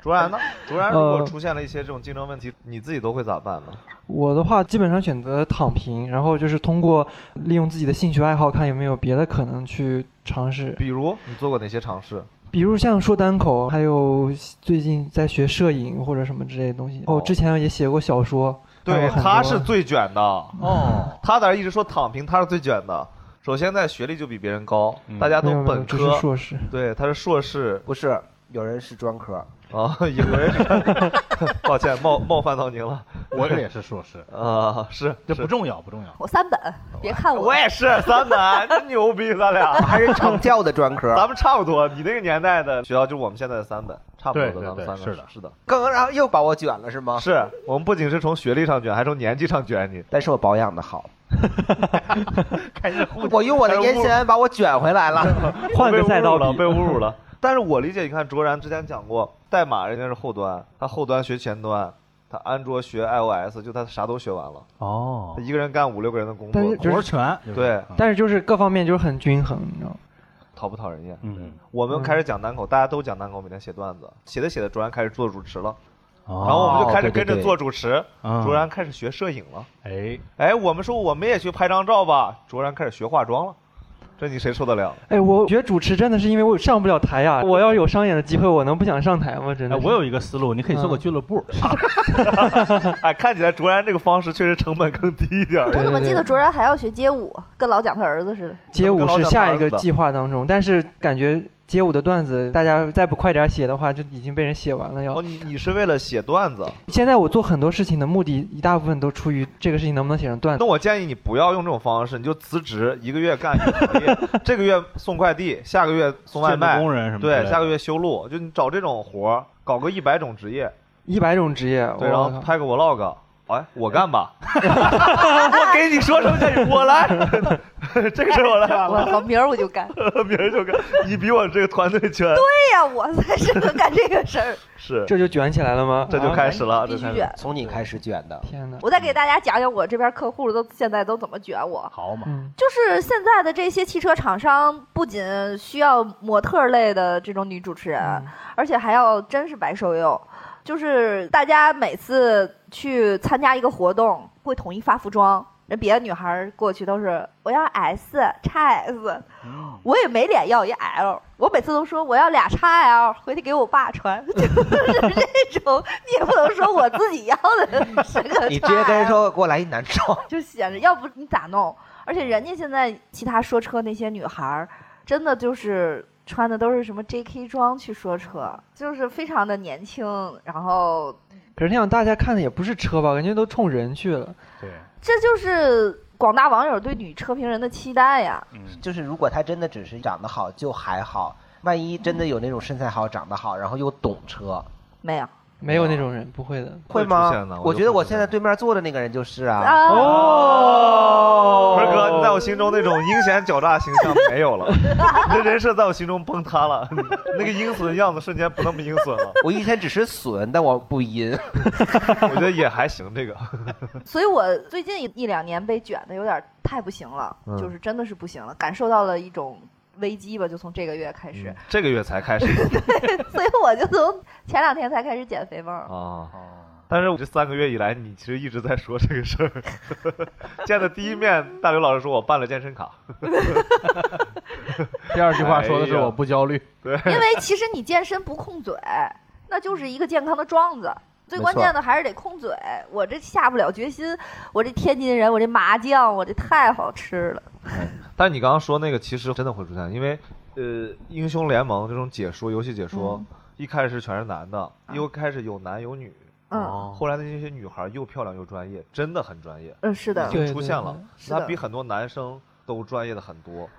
卓然呢？卓然如果
呃
出现了一些这种竞争问题，你自己都会咋办呢？
我的话基本上选择躺平，然后就是通过利用自己的兴趣爱好，看有没有别的可能去尝试，
比如你做过哪些尝试？
比如像说单口，还有最近在学摄影或者什么之类的东西。
哦
哦，之前也写过小说，还有很多
他是最卷的
哦，
他在这一直说躺平，他是最卷的。首先在学历就比别人高，
嗯
大家都
没有没有，
本
只是
科，嗯
硕士。
对，他是硕士
不是有人是专科，
啊，以为是抱歉冒冒犯到您了
我这也是硕 士，
啊，是
这
是
不重要，不重要。
我三本，别看我
我也是三男，真牛逼，咱俩。
还是成教的专科，
咱们差不多，你那个年代的学校就是我们现在的三本，差不多的，
对对
咱们
对
三个
是的
是的，啊
刚然后又把我卷了是吗？
是我们不仅是从学历上卷，还从年纪上卷你。
但是我保养的好，
开始 互
我用我的
开始
烟
侮辱
酰把我卷回来了。
换个
被
赛
侮辱
道
了，
比
被侮辱了。但是我理解，你看卓然之前讲过，代码人家是后端，他后端学前端，他安卓学 iOS，就他啥都学完了，
哦
他，一个人干五六个人的工作
但，是
活儿全嗯
对，
但是就是各方面就是很均衡，你知道吗？
讨不讨人厌？
嗯，
我们开始讲单口，大家都讲单口，每天写段子，写着写着，卓然开始做主持了，
哦
然后我们就开始
对对
跟着
对
做主持，
嗯
卓然开始学摄影了。
哎，
哎，我们说我们也去拍张照吧，卓然开始学化妆了，这你谁受得了？
哎，我觉得主持真的是因为我上不了台
哦
呀、我要有商演的机会，我能不想上台吗？真
哎
的是。
我有一个思路，你可以做个
嗯
俱乐 部，
哎，看起来卓然这个方式确实成本更低一点儿。
我怎
对
么
对
记得 卓然还要学街舞，跟老蒋他儿子似的。
街舞是下一个计划当中，但是感觉街舞的段子，大家再不快点写的话，就已经被人写完了。要
哦，你你是为了写段子？
现在我做很多事情的目的，一大部分都出于这个事情能不能写成段子
那。我建议你不要用这种方式，你就辞职，一个月干一个行业， 这个月送快递，下个月送外
建筑
卖，
工人什么之类
对，
的
下个月修路，就你找这种活儿，搞个一百种职业，
一百种职业，
对，然
我靠
后拍个 vlog，哎，我干 吧，我给你说什么建议，我来， 这个事儿我来，
我我明儿我就干。
明儿就干，你比我这个团队圈
对呀，我才适合干这个事儿，
是，
这就卷起来了吗？啊
这就开始了，
必
这
须
开
卷
始。。
从你开始卷 的，
天哪！
我再给大家讲讲我这边客户都现在都怎么卷我。
好嘛，
嗯，
就是现在的这些汽车厂商，不仅需要模特类的这种女主持人，
嗯
而且还要真是白瘦幼。就是大家每次去参加一个活动，会统一发服装。人别的女孩儿过去都是我要 S、x S，我
嗯
也没脸要一 L，我每次都说我要俩 x L，回去给我爸穿， 就是这种，你也不能说我自己要的是个 XL。
你直接跟人说给我来一男装，
就显着，要不你咋弄？而且人家现在其他说车那些女孩儿，真的就是穿的都是什么 J.K. 装去说车，就是非常的年轻。然后
可是那样大家看的也不是车吧，感觉都冲人去了。
对，
这就是广大网友对女车评人的期待呀。
嗯，
就是如果他真的只是长得好就还好，万一真的有那种身材好、长得好，然后又懂车，
没有
没有那种人，不会的。
会出现的
吗？
我
我
就
觉得
不
我
知
现在对面坐的那个人就是 啊，
啊，
哦
坤哥，你在我心中那种阴险狡诈形象没有 了，你这人设在我心中崩塌了， 那个阴损的样子瞬间不那么阴损 了。
我以前只是损，但我不 阴。
我觉得也还行，这个
所以我最近一一两年被卷的有点太不行了，
嗯
就是真的是不行了，感受到了一种危机吧，就从这个月开始。
这个月才开始
嗯
所以我就从前两天才开始减肥
哦
嘛。
哦
啊。但是我这三个月以来，你其实一直在说这个事儿。 见的第一面，大刘老师说我办了健身卡，
第二句话说的是
哎呀
我不焦虑，
因为其实你健身不控嘴，那就是一个健康的庄子。最
没
关
错
键的还是得控嘴。我这下不了决心，我这天津人，我这麻酱，我这太好吃了。
但是你刚刚说那个，其实真的会出现，因为呃，英雄联盟这种解说、游戏解说，
嗯
一开始全是男的，又开始有男有女，
啊
哦
嗯
后来的那些女孩又漂亮又专业，真的很专业，
嗯，是的
已，
对
经出现了，
是
那
的
比很多男生都专业的很多，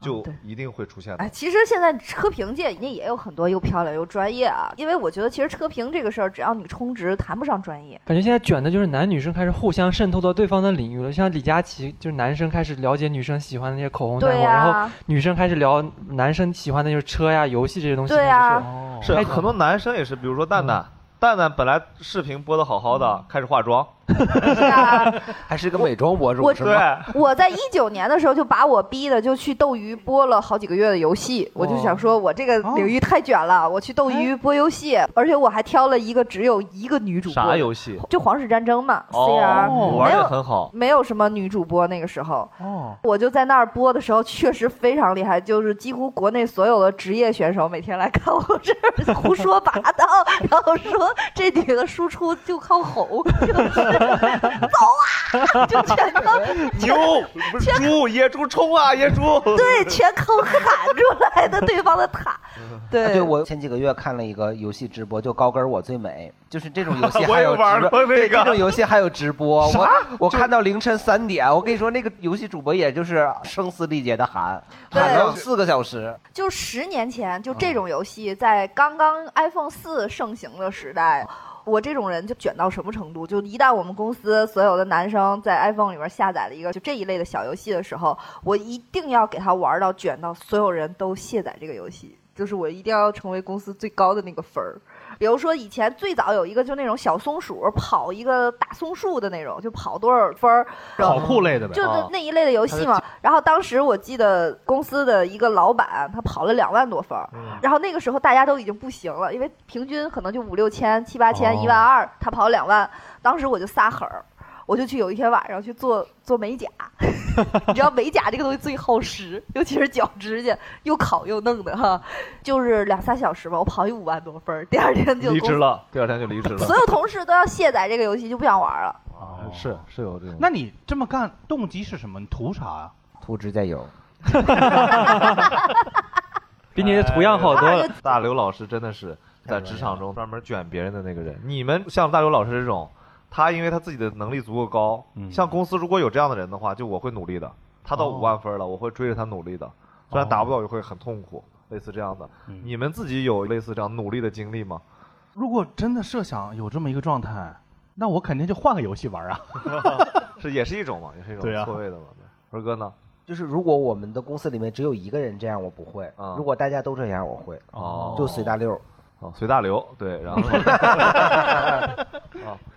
就一定会出现的
嗯哎，。其实现在车评界人家也有很多又漂亮又专业啊。因为我觉得其实车评这个事儿，只要你充值，谈不上专业。
感觉现在卷的就是男女生开始互相渗透到对方的领域了，像李佳琦就是男生开始了解女生喜欢的那些口红带
对
货，
呀、
然后女生开始聊男生喜欢的就是车呀、游戏这些东西。
对呀
就是
哦
是很多男生也是，比如说蛋蛋，
嗯
蛋蛋本来视频播的好好的，开始化妆，
是啊，
还是个美妆博
我
主是
对
吗？，
我在一九年的时候就把我逼的就去斗鱼播了好几个月的游戏，我就想说我这个领域太卷了，我去斗鱼播游戏，而且我还挑了一个只有一个女主播，
啥游戏？
就皇室战争嘛
哦，
，CR
玩
没
的
有。
很 好。
没有什么女主播，那个时候
哦，
我就在那儿播的时候，确实非常厉害，就是几乎国内所有的职业选手每天来看我这 儿胡说八道，然后说这女的输出就靠吼， 就是走啊，就全靠
牛，不是猪，野猪冲啊，野猪！
对，全靠喊出来的对方的塔。对，
啊对，我前几个月看了一个游戏直播，就高跟我最美，就是这种游戏
我
还
也
有
玩
直
过
播，
那
对，
个
这种游戏还有直播，我我看到凌晨三点，我跟你说，那个游戏主播也就是声嘶力竭的喊，
对
喊了四个小时，
就十年前，就这种游戏在刚刚 iPhone 四盛行的时代。我这种人就卷到什么程度？就一旦我们公司所有的男生在 iPhone 里边下载了一个就这一类的小游戏的时候，我一定要给他玩到卷到所有人都卸载这个游戏，就是我一定要成为公司最高的那个分儿。比如说以前最早有一个就那种小松鼠跑一个大松树的那种，就跑多少分儿，
跑酷类的呗，
就
啊
那那一类的游戏嘛。然后当时我记得公司的一个老板，他跑了两万多分儿，
嗯
然后那个时候大家都已经不行了，因为平均可能就五六千、七八千、
哦
一万二，他跑两万，当时我就撒狠儿。我就去有一天晚上去做做 美甲，你知道美甲这个东西最耗时，尤其是脚指甲，又烤又弄的哈，就是两三小时吧，我跑一五万多分儿，第二天就
离
公
职了，第二天就离职了。哎
所有同事都要卸载这个游戏，就不想玩了。
哦
是是有这种，
那你这么干啊动机是什么？你图啥呀？
涂指甲油。
比你的图样
啊
好多了。
大刘老师真的是在职场中专门卷别人的那个人。你们像大刘老师这种，他因为他自己的能力足够高，
嗯
像公司如果有这样的人的话，就我会努力的。他到
哦
五万分了，我会追着他努力的，虽
哦
然达不到也会很痛苦，类似这样的。
嗯
你们自己有类似这样努力的经历吗？
如果真的设想有这么一个状态，那我肯定就换个游戏玩 啊。
是也是一种嘛，也是一
对
种
啊
错位的嘛。对文哥呢？
就是如果我们的公司里面只有一个人这样，我不会；
啊
如果大家都这样，我会。
哦
就随大溜儿。
哦，随大流，对，然后 啊，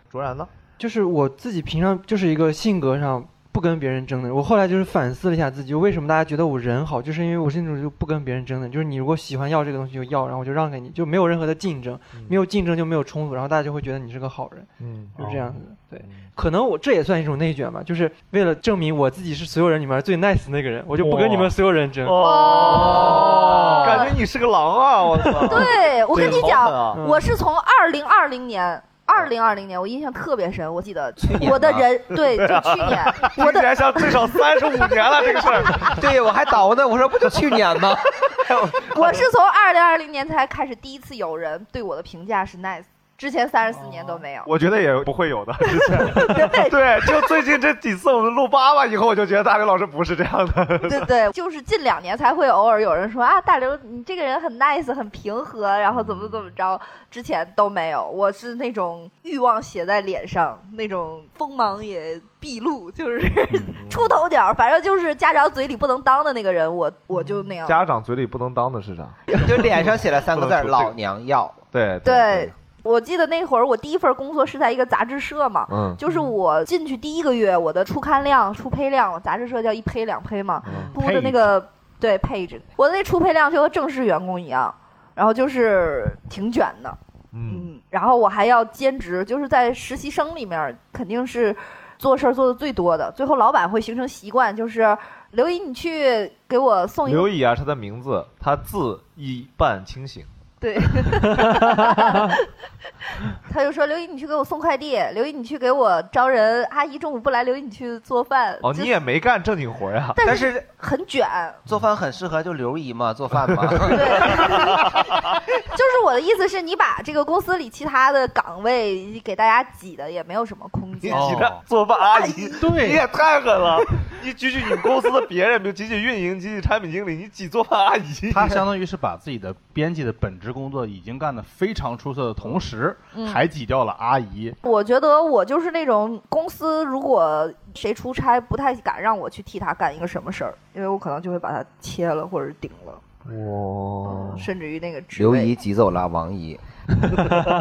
卓然呢？
就是我自己平常就是一个性格上不跟别人争的人。我后来就是反思了一下自己，为什么大家觉得我人好，就是因为我是那种就不跟别人争的。就是你如果喜欢要这个东西就要，然后我就让给你，就没有任何的竞争，没有竞争就没有冲突，然后大家就会觉得你是个好人，
嗯
就是这样子的。对，可能我这也算一种内卷吧，就是为了证明我自己是所有人里面最 nice 那个人，我就不跟你们所有人争。
哦，感觉你是个狼啊！我操，
对，我跟你
好
讲
狠，啊
嗯
我是从二零二零年。二零二零年，我印象特别深，我记得我的人对，就去 年
听起
我的
来像至少三十五年了，这个事儿。
对，我还倒呢，我说不就去年吗？
我是从二零二零年才开始第一次有人对我的评价是 nice，之前三十四年都没有。
我觉得也不会有的，
对
对，就最近这几次我们录八吧以后，我就觉得大刘老师不是这样 的。
对对，就是近两年才会偶尔有人说啊，大刘你这个人很 nice，很平和，然后怎么怎么着，之前都没有。我是那种欲望写在脸上，那种锋芒也毕露，就是出头鸟，反正就是家长嘴里不能当的那个人，我我就那样。
家长嘴里不能当的是啥？
就脸上写了三个字儿“
不能说这个
老娘要
对
对，，我记得那会儿我第一份工作是在一个杂志社嘛，
嗯
就是我进去第一个月，我的出刊量、出胚量，杂志社叫一胚两胚嘛，
嗯
铺的那个对配置，我的那出配量就和正式员工一样，然后就是挺卷的，
嗯，
嗯，然后我还要兼职，就是在实习生里面肯定是做事儿做的最多的，最后老板会形成习惯，就是刘姨你去给我送一
刘
个，
乙啊，是他的名字，他字一半清醒。
对，他就说刘姨你去给我送快递，刘姨你去给我招人，阿姨中午不来，刘姨你去做饭，
哦，
就
你也没干正经活呀？
但
但
是
是
很卷，
做饭很适合就刘姨嘛，做饭嘛。
对， 就是我的意思是你把这个公司里其他的岗位给大家挤的也没有什么空
你
间。
哦
你这做饭阿
哎
姨，
对
你也太狠了！你举举你们公司的别人，比如举举运营、举举产品经理，你挤做饭阿姨，
他相当于是把自己的编辑的本职工作已经干得非常出色的同时，
嗯
还挤掉了阿姨。
我觉得我就是那种公司如果谁出差，不太敢让我去替他干一个什么事儿，因为我可能就会把他切了或者顶了，
哇，
甚至于那个职
刘
位。
姨挤走了王姨，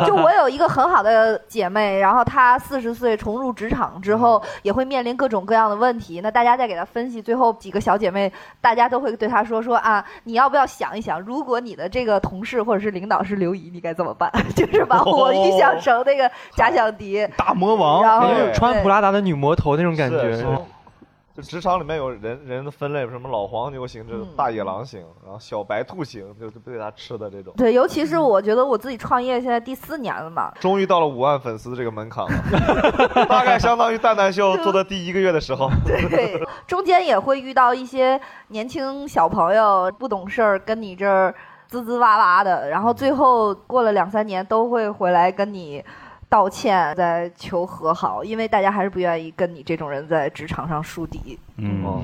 就我有一个很好的姐妹，然后她四十岁重入职场之后，也会面临各种各样的问题。那大家再给她分析，最后几个小姐妹，大家都会对她说说啊，你要不要想一想，如果你的这个同事或者是领导是刘姨，你该怎么办？ 就是把我预想成那个假想敌。
大魔
然
王，
后
那种穿
对
普拉达的女魔头那种感觉，嗯
是哦是就职场里面有人人的分类，什么老黄牛型，这个
嗯
大野狼型，然后小白兔型，就就被他吃的这种。
对，尤其是我觉得我自己创业现在第四年了嘛，
终于到了五万粉丝这个门槛了， 大概相当于蛋蛋秀做的第一个月的时候。
对， 中间也会遇到一些年轻小朋友不懂事儿，跟你这儿滋滋哇哇的，然后最后过了两三年都会回来跟你道歉，再求和好，因为大家还是不愿意跟你这种人在职场上树敌。
嗯，
哦，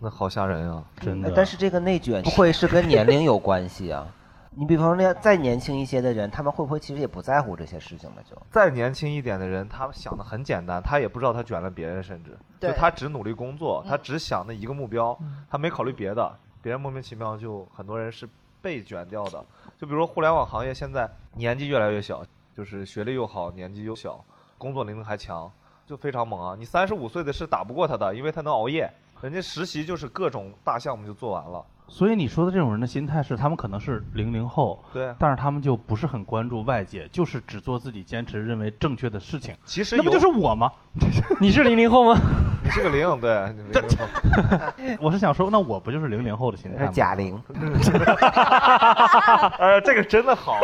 那好吓人啊！
真
哎
的。
但是这个内卷不会是跟年龄有关系 啊？你比方说再年轻一些的人，他们会不会其实也不在乎这些事情了？就
再年轻一点的人，他想的很简单，他也不知道他卷了别人，甚至
对
就他只努力工作，
嗯
他只想那一个目标，
嗯
他没考虑别的，别人莫名其妙就很多人是被卷掉的。就比如说互联网行业现在年纪越来越小，就是学历又好，年纪又小，工作能力还强，就非常猛啊！你三十五岁的是打不过他的，因为他能熬夜，人家实习就是各种大项目就做完了。
所以你说的这种人的心态是，他们可能是零零后，
对，
但是他们就不是很关注外界，就是只做自己坚持认为正确的事情。
其实
那不
有
就是我吗？
你是零零后吗？
你是个零，对，你是个零。 哎
我是想说，那我不就是零零后的心态
是
吗？
贾玲，
呃，这个真的好，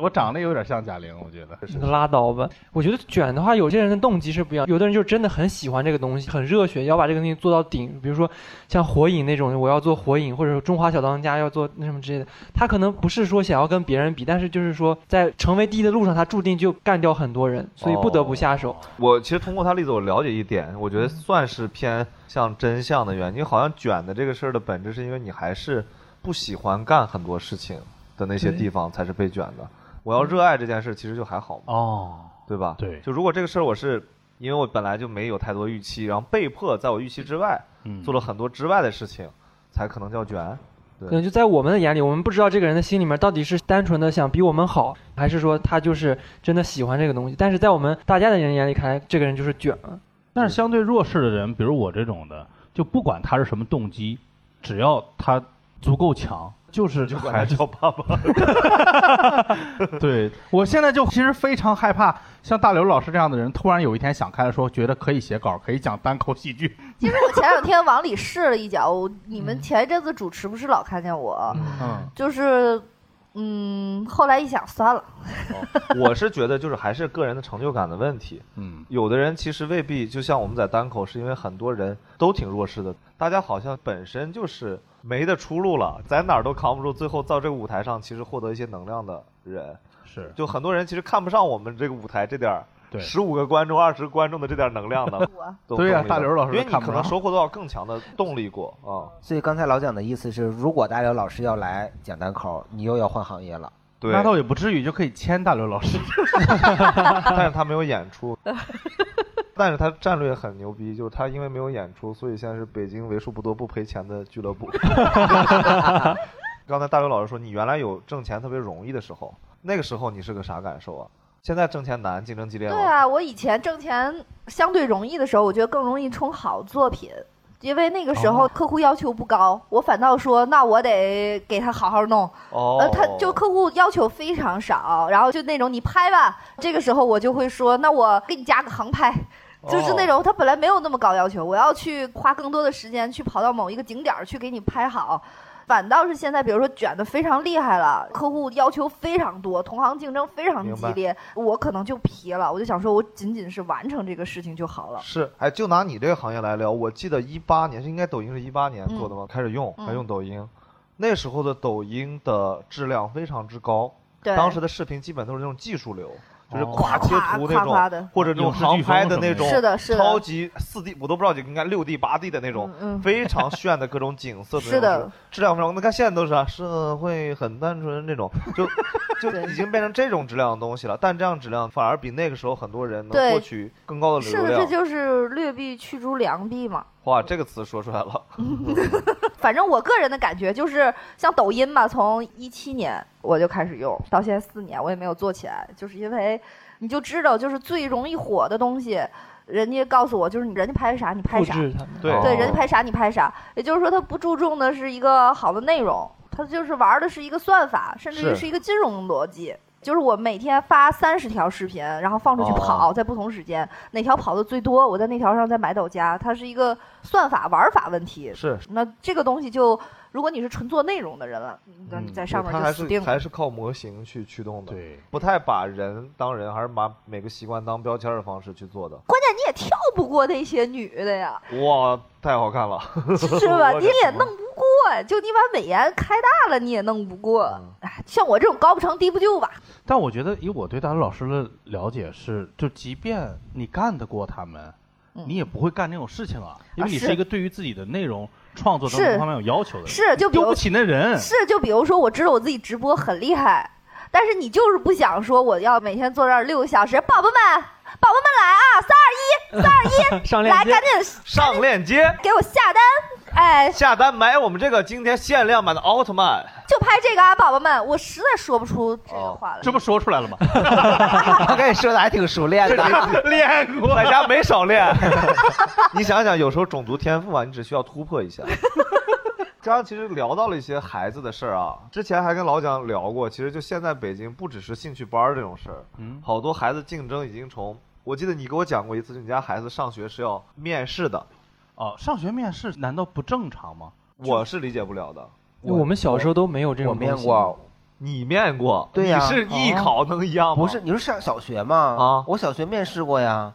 我长得有点像贾玲，我觉得。
哦
拉倒吧！我觉得卷的话，有些人的动机是不一样，有的人就真的很喜欢这个东西，很热血，要把这个东西做到顶。比如说像火影那种，我要做火影，或者说中华小当家要做那什么之类的。他可能不是说想要跟别人比，但是就是说在成为第一的路上，他注定就干掉很多人，所以不得不下
哦
手。
我其实通过他例子，我了解一点，我觉
嗯
得算是偏向真相的原因。好像卷的这个事儿的本质，是因为你还是不喜欢干很多事情的那些地方才是被卷
嗯
的。我要热爱这件事，其实就还好嘛，
哦，
对吧？
对
就如果这个事儿我是因为我本来就没有太多预期，然后被迫在我预期之外
嗯
做了很多之外的事情，才可能叫卷。
可能就在我们的眼里，我们不知道这个人的心里面到底是单纯的想比我们好，还是说他就是真的喜欢这个东西。但是在我们大家的人眼里看来，这个人就是卷了。
但是相对弱势的人，比如我这种的，就不管他是什么动机，只要他足够强，就是就
管他叫爸爸，
对我现在就其实非常害怕，像大刘老师这样的人，突然有一天想开了，说觉得可以写稿，可以讲单口喜剧，
其实我前两天往里试了一脚，我你们前一阵子主持不是老看见我，
嗯，
就是，嗯，后来一想算了，。
我是觉得就是还是个人的成就感的问题。
嗯，
有的人其实未必，就像我们在单口，是因为很多人都挺弱势的，大家好像本身就是没得出路了，在哪儿都扛不住，最后到这个舞台上，其实获得一些能量的人，
是
就很多人其实看不上我们这个舞台这点儿，
对
十五个观众、二十观众的这点儿能量 的
我
都
对呀
动力的
大刘老师
因为你
看不
可能
上
收获到更强的动力过啊、
所以刚才老蒋的意思是，如果大刘老师要来讲单口，你又要换行业 了。
对，
那倒也不至于就可以签大刘老师，
但是他没有演出，但是他战略很牛逼，就是他因为没有演出，所以现在是北京为数不多不赔钱的俱乐部。 刚才大刘老师说，你原来有挣钱特别容易的时候，那个时候你是个啥感受啊？现在挣钱难，竞争激烈吗？
对啊，我以前挣钱相对容易的时候，我觉得更容易冲好作品。因为那个时候客户要求不高，我反倒说那我得给他好好弄。
哦，
呃，他就客户要求非常少，然后就那种你拍吧，这个时候我就会说那我给你加个航拍， 就是那
哦
种他本来没有那么高要求，我要去花更多的时间去跑到某一个景点儿去给你拍好。反倒是现在，比如说卷的非常厉害了，客户要求非常多，同行竞争非常激烈，我可能就疲了，我就想说，我仅仅是完成这个事情就好了。
是，哎，就拿你这个行业来聊，我记得一八年是应该抖音是一八年做的吧，开始用，
嗯
还用抖音，那时候的抖音的质量非常之高，
对，
当时的视频基本都是那种技术流，就是
哦
跨
夸
贴
夸
图那
夸
种，
夸的，
或者那种
影视飓
航拍
风
的
什么
那
的
种，
是的，是
超
的，
级四 D，我都不知道应该六 D 八 D 的那种，
嗯嗯
非常炫的各种景色的那种，
是的，
质量非常高。那看现在都是啊，社会很单纯 这种，就就已经变成这种质量的东西了。但这样质量反而比那个时候很多人能
对
获取更高的
是
流
的，这
量。
就是劣币驱逐良币嘛。
哇，这个词说出来了，
反正我个人的感觉就是，像抖音嘛，从一七年我就开始用，到现在四年我也没有做起来，就是因为你就知道，就是最容易火的东西，人家告诉我就是你人家拍啥你拍
复
啥，
制他们。
对
对，
哦
人家拍啥你拍啥，也就是说他不注重的是一个好的内容，他就是玩的是一个算法，甚至于
是
是一个金融逻辑。就是我每天发三十条视频，然后放出去
哦
跑，在不同时间哪条跑的最多，我在那条上再买到家，它是一个算法玩法问题。
是。
那这个东西就，如果你是纯做内容的人了，那你在上面
它嗯还
就死定
是还
了。
是靠模型去驱动的，
对，
不太把人当人，还是把每个习惯当标签的方式去做的。
关键你也跳不过那些女 的呀，
哇，太好看了！
是吧？
我
你也弄不过，就你把美颜开大了，你也弄不过。
嗯
哎，像我这种高不成低不就吧。
但我觉得以我对大刘老师的了解是，就即便你干得过他们，
嗯
你也不会干这种事情啊，因
啊
为你是
是
一个对于自己的内容创作等
是
等方面有要求的人，
是就比
丢
如
不起那人，
是，就比如说，我知道我自己直播很厉害，但是你就是不想说我要每天坐这儿六个小时，宝宝们，宝宝们来啊，
上链
来
接
赶紧
上链接，
给我下单，哎，
下单买我们这个今天限量版的奥特曼。
就拍这个啊，宝宝们，我实在说不出这个
哦
话来。
这不说出 来了吗？
他跟你说的还挺熟练的。
练过，在家没少练。 你想想，有时候种族天赋啊，你只需要突破一 下。刚刚其实聊到了一些孩子的事儿啊，之前还跟老蒋聊过，其实就现在北京不只是兴趣班儿这种事儿，
嗯
好多孩子竞争已经从。我记得你给我讲过一次，你家孩子上学是要面试的，
哦，上学面试难道不正常吗？
我是理解不了的。
我们小时候都没有这
我
种东
面
西。
过，
你面过，
对呀哦
你是艺考能一样吗？
不是，，你是上小学嘛？
啊
我小学面试过呀。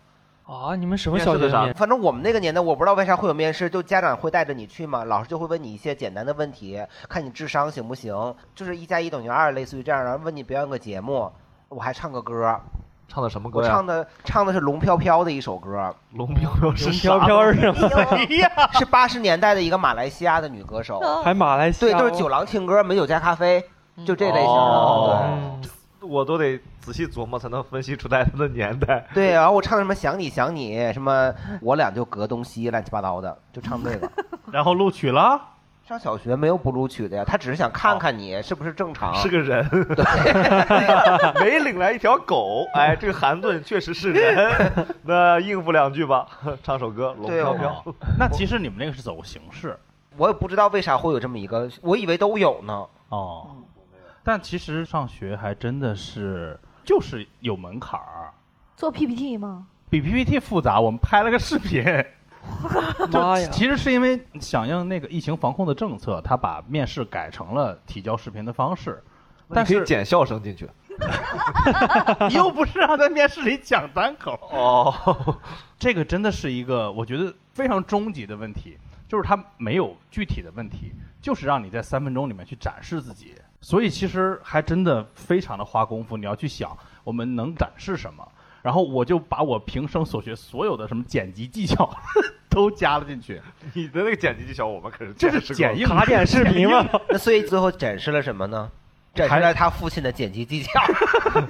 啊，你们什么
面
小
试
学
的啥
面？
反正我们那个年代，我不知道为啥会有面试，就家长会带着你去嘛，老师就会问你一些简单的问题，看你智商行不行，就是一加一等于二，类似于这样，然后问你表演个节目。我还唱个歌，
唱的什么
我
歌呀？
唱的唱的是《龙飘飘》的一首歌，
龙飘飘是
龙
啥
飘飘是吗？
哎
哎
是八十年代的一个马来西亚的女歌手，
还马来西
对，
亚？
就是酒廊情歌，美酒加咖啡，就这类型的。
哦
对
嗯
我都得仔细琢磨才能分析出来他的年代。
对，然后我唱什么想你想你，什么我俩就隔东西，乱七八糟的，就唱这个。
然后录取了，
上小学没有不录取的呀，他只是想看看你是不哦是正常。
是个人， 没领来一条狗。哎，这个韩顿确实是人。那应付两句吧，唱首歌《龙
对
飘
哦
飘》。
那其实你们那个是走形式
我也不知道为啥会有这么一个，我以为都有呢。
嗯
哦，但其实上学还真的是就是有门槛儿，
做 PPT 吗？
比 PPT 复杂。我们拍了个视频，
妈
就
呀！
其实是因为响应那个疫情防控的政策，他把面试改成了提交视频的方式。但
你可
是
以捡笑声进去。
又不是让在面试里讲单口，
哦，
这个真的是一个我觉得非常终极的问题，就是它没有具体的问题，就是让你在三分钟里面去展示自己。所以其实还真的非常的花功夫，你要去想我们能展示什么。然后我就把我平生所学所有的什么剪辑技巧 都加了进去，
你的那个剪辑技巧我们可是
这是
见识过
剪映
卡点视频吗？
那所以最后展示了什么呢？展示了他父亲的剪辑技巧。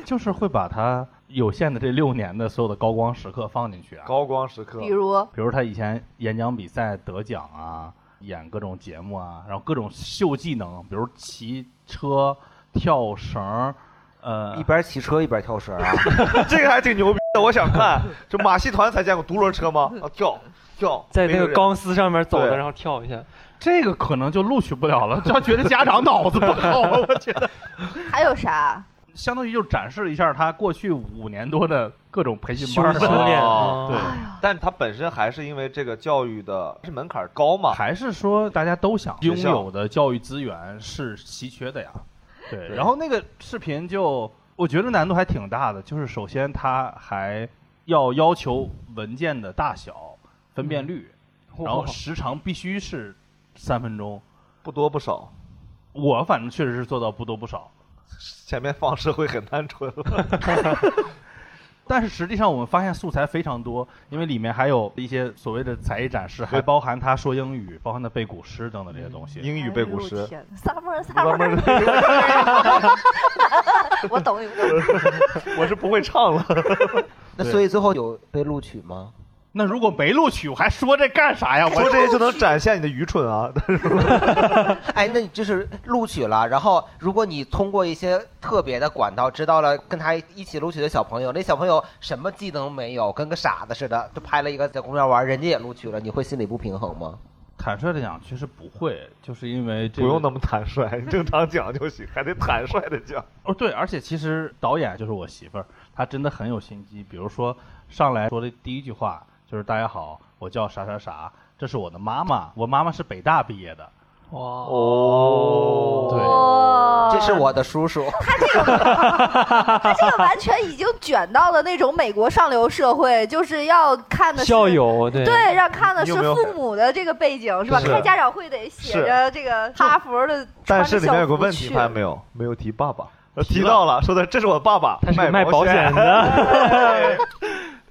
就是会把他有限的这六年的所有的高光时刻放进去啊，
高光时刻
比。如
比如他以前演讲比赛得奖啊，演各种节目啊，然后各种秀技能，比如骑车、跳绳儿，呃
一，边骑车一边跳绳啊！
这个还挺牛逼的，我想看。就马戏团才见过独轮车吗？啊，跳跳，
在那个
人
钢丝上面走
对
的，然后跳一下。
这个可能就录取不了了。这觉得家长脑子不好，啊我觉得
还有啥？
相当于就展示了一下他过去五年多的各种培训
修啊
班儿啊
修炼，
哦
对，
但它本身还是因为这个教育的是门槛高嘛，
还是说大家都想拥
啊学校
有的教育资源是稀缺的呀？对，
对
然后那个视频就我觉得难度还挺大的，就是首先它还要要求文件的大小、分辨率，
嗯
然后时长必须是三分钟。
不多不少。
我反正确实是做到不多不少，
前面放社会很单纯了，
但是实际上我们发现素材非常多，因为里面还有一些所谓的才艺展示，还包含他说英语，包含他背古诗等等
嗯
这些东西。
英语
哎
背古诗。
，summer summer，我懂你。我懂
我是不会唱 了。
那所以最后有被录取吗？
那如果没录取，我还说这干啥呀？我
哎说这些就能展现你的愚蠢 啊！
哎，那你就是录取了，然后如果你通过一些特别的管道知道了跟他一起录取的小朋友，那小朋友什么技能没有，跟个傻子似的，就拍了一个在公园玩，人家也录取了，你会心里不平衡吗？
坦率的讲，其实不会，就是因为这
不
个
用那么坦率，你正常讲就行，还 得坦率的讲。
哦，对，而且其实导演就是我媳妇儿，她真的很有心机。比如说上来说的第一句话就是“大家好，我叫啥啥啥，这是我的妈妈，我妈妈是北大毕业的。
哇，
哦
对
哇
这是
呃
我的 叔叔，
他这个完全已经卷到了那种美国上流社会，就是要看的是
校。友对
对，让看的是
你有没有
父母的这个背景是吧？
是
开家长会得写着这个哈佛的，
但
穿着
是里面有个
校服
问题，
去
发现没有？没有提爸爸，呃提到了，说的这是我爸爸，
他是卖
保
保 险的，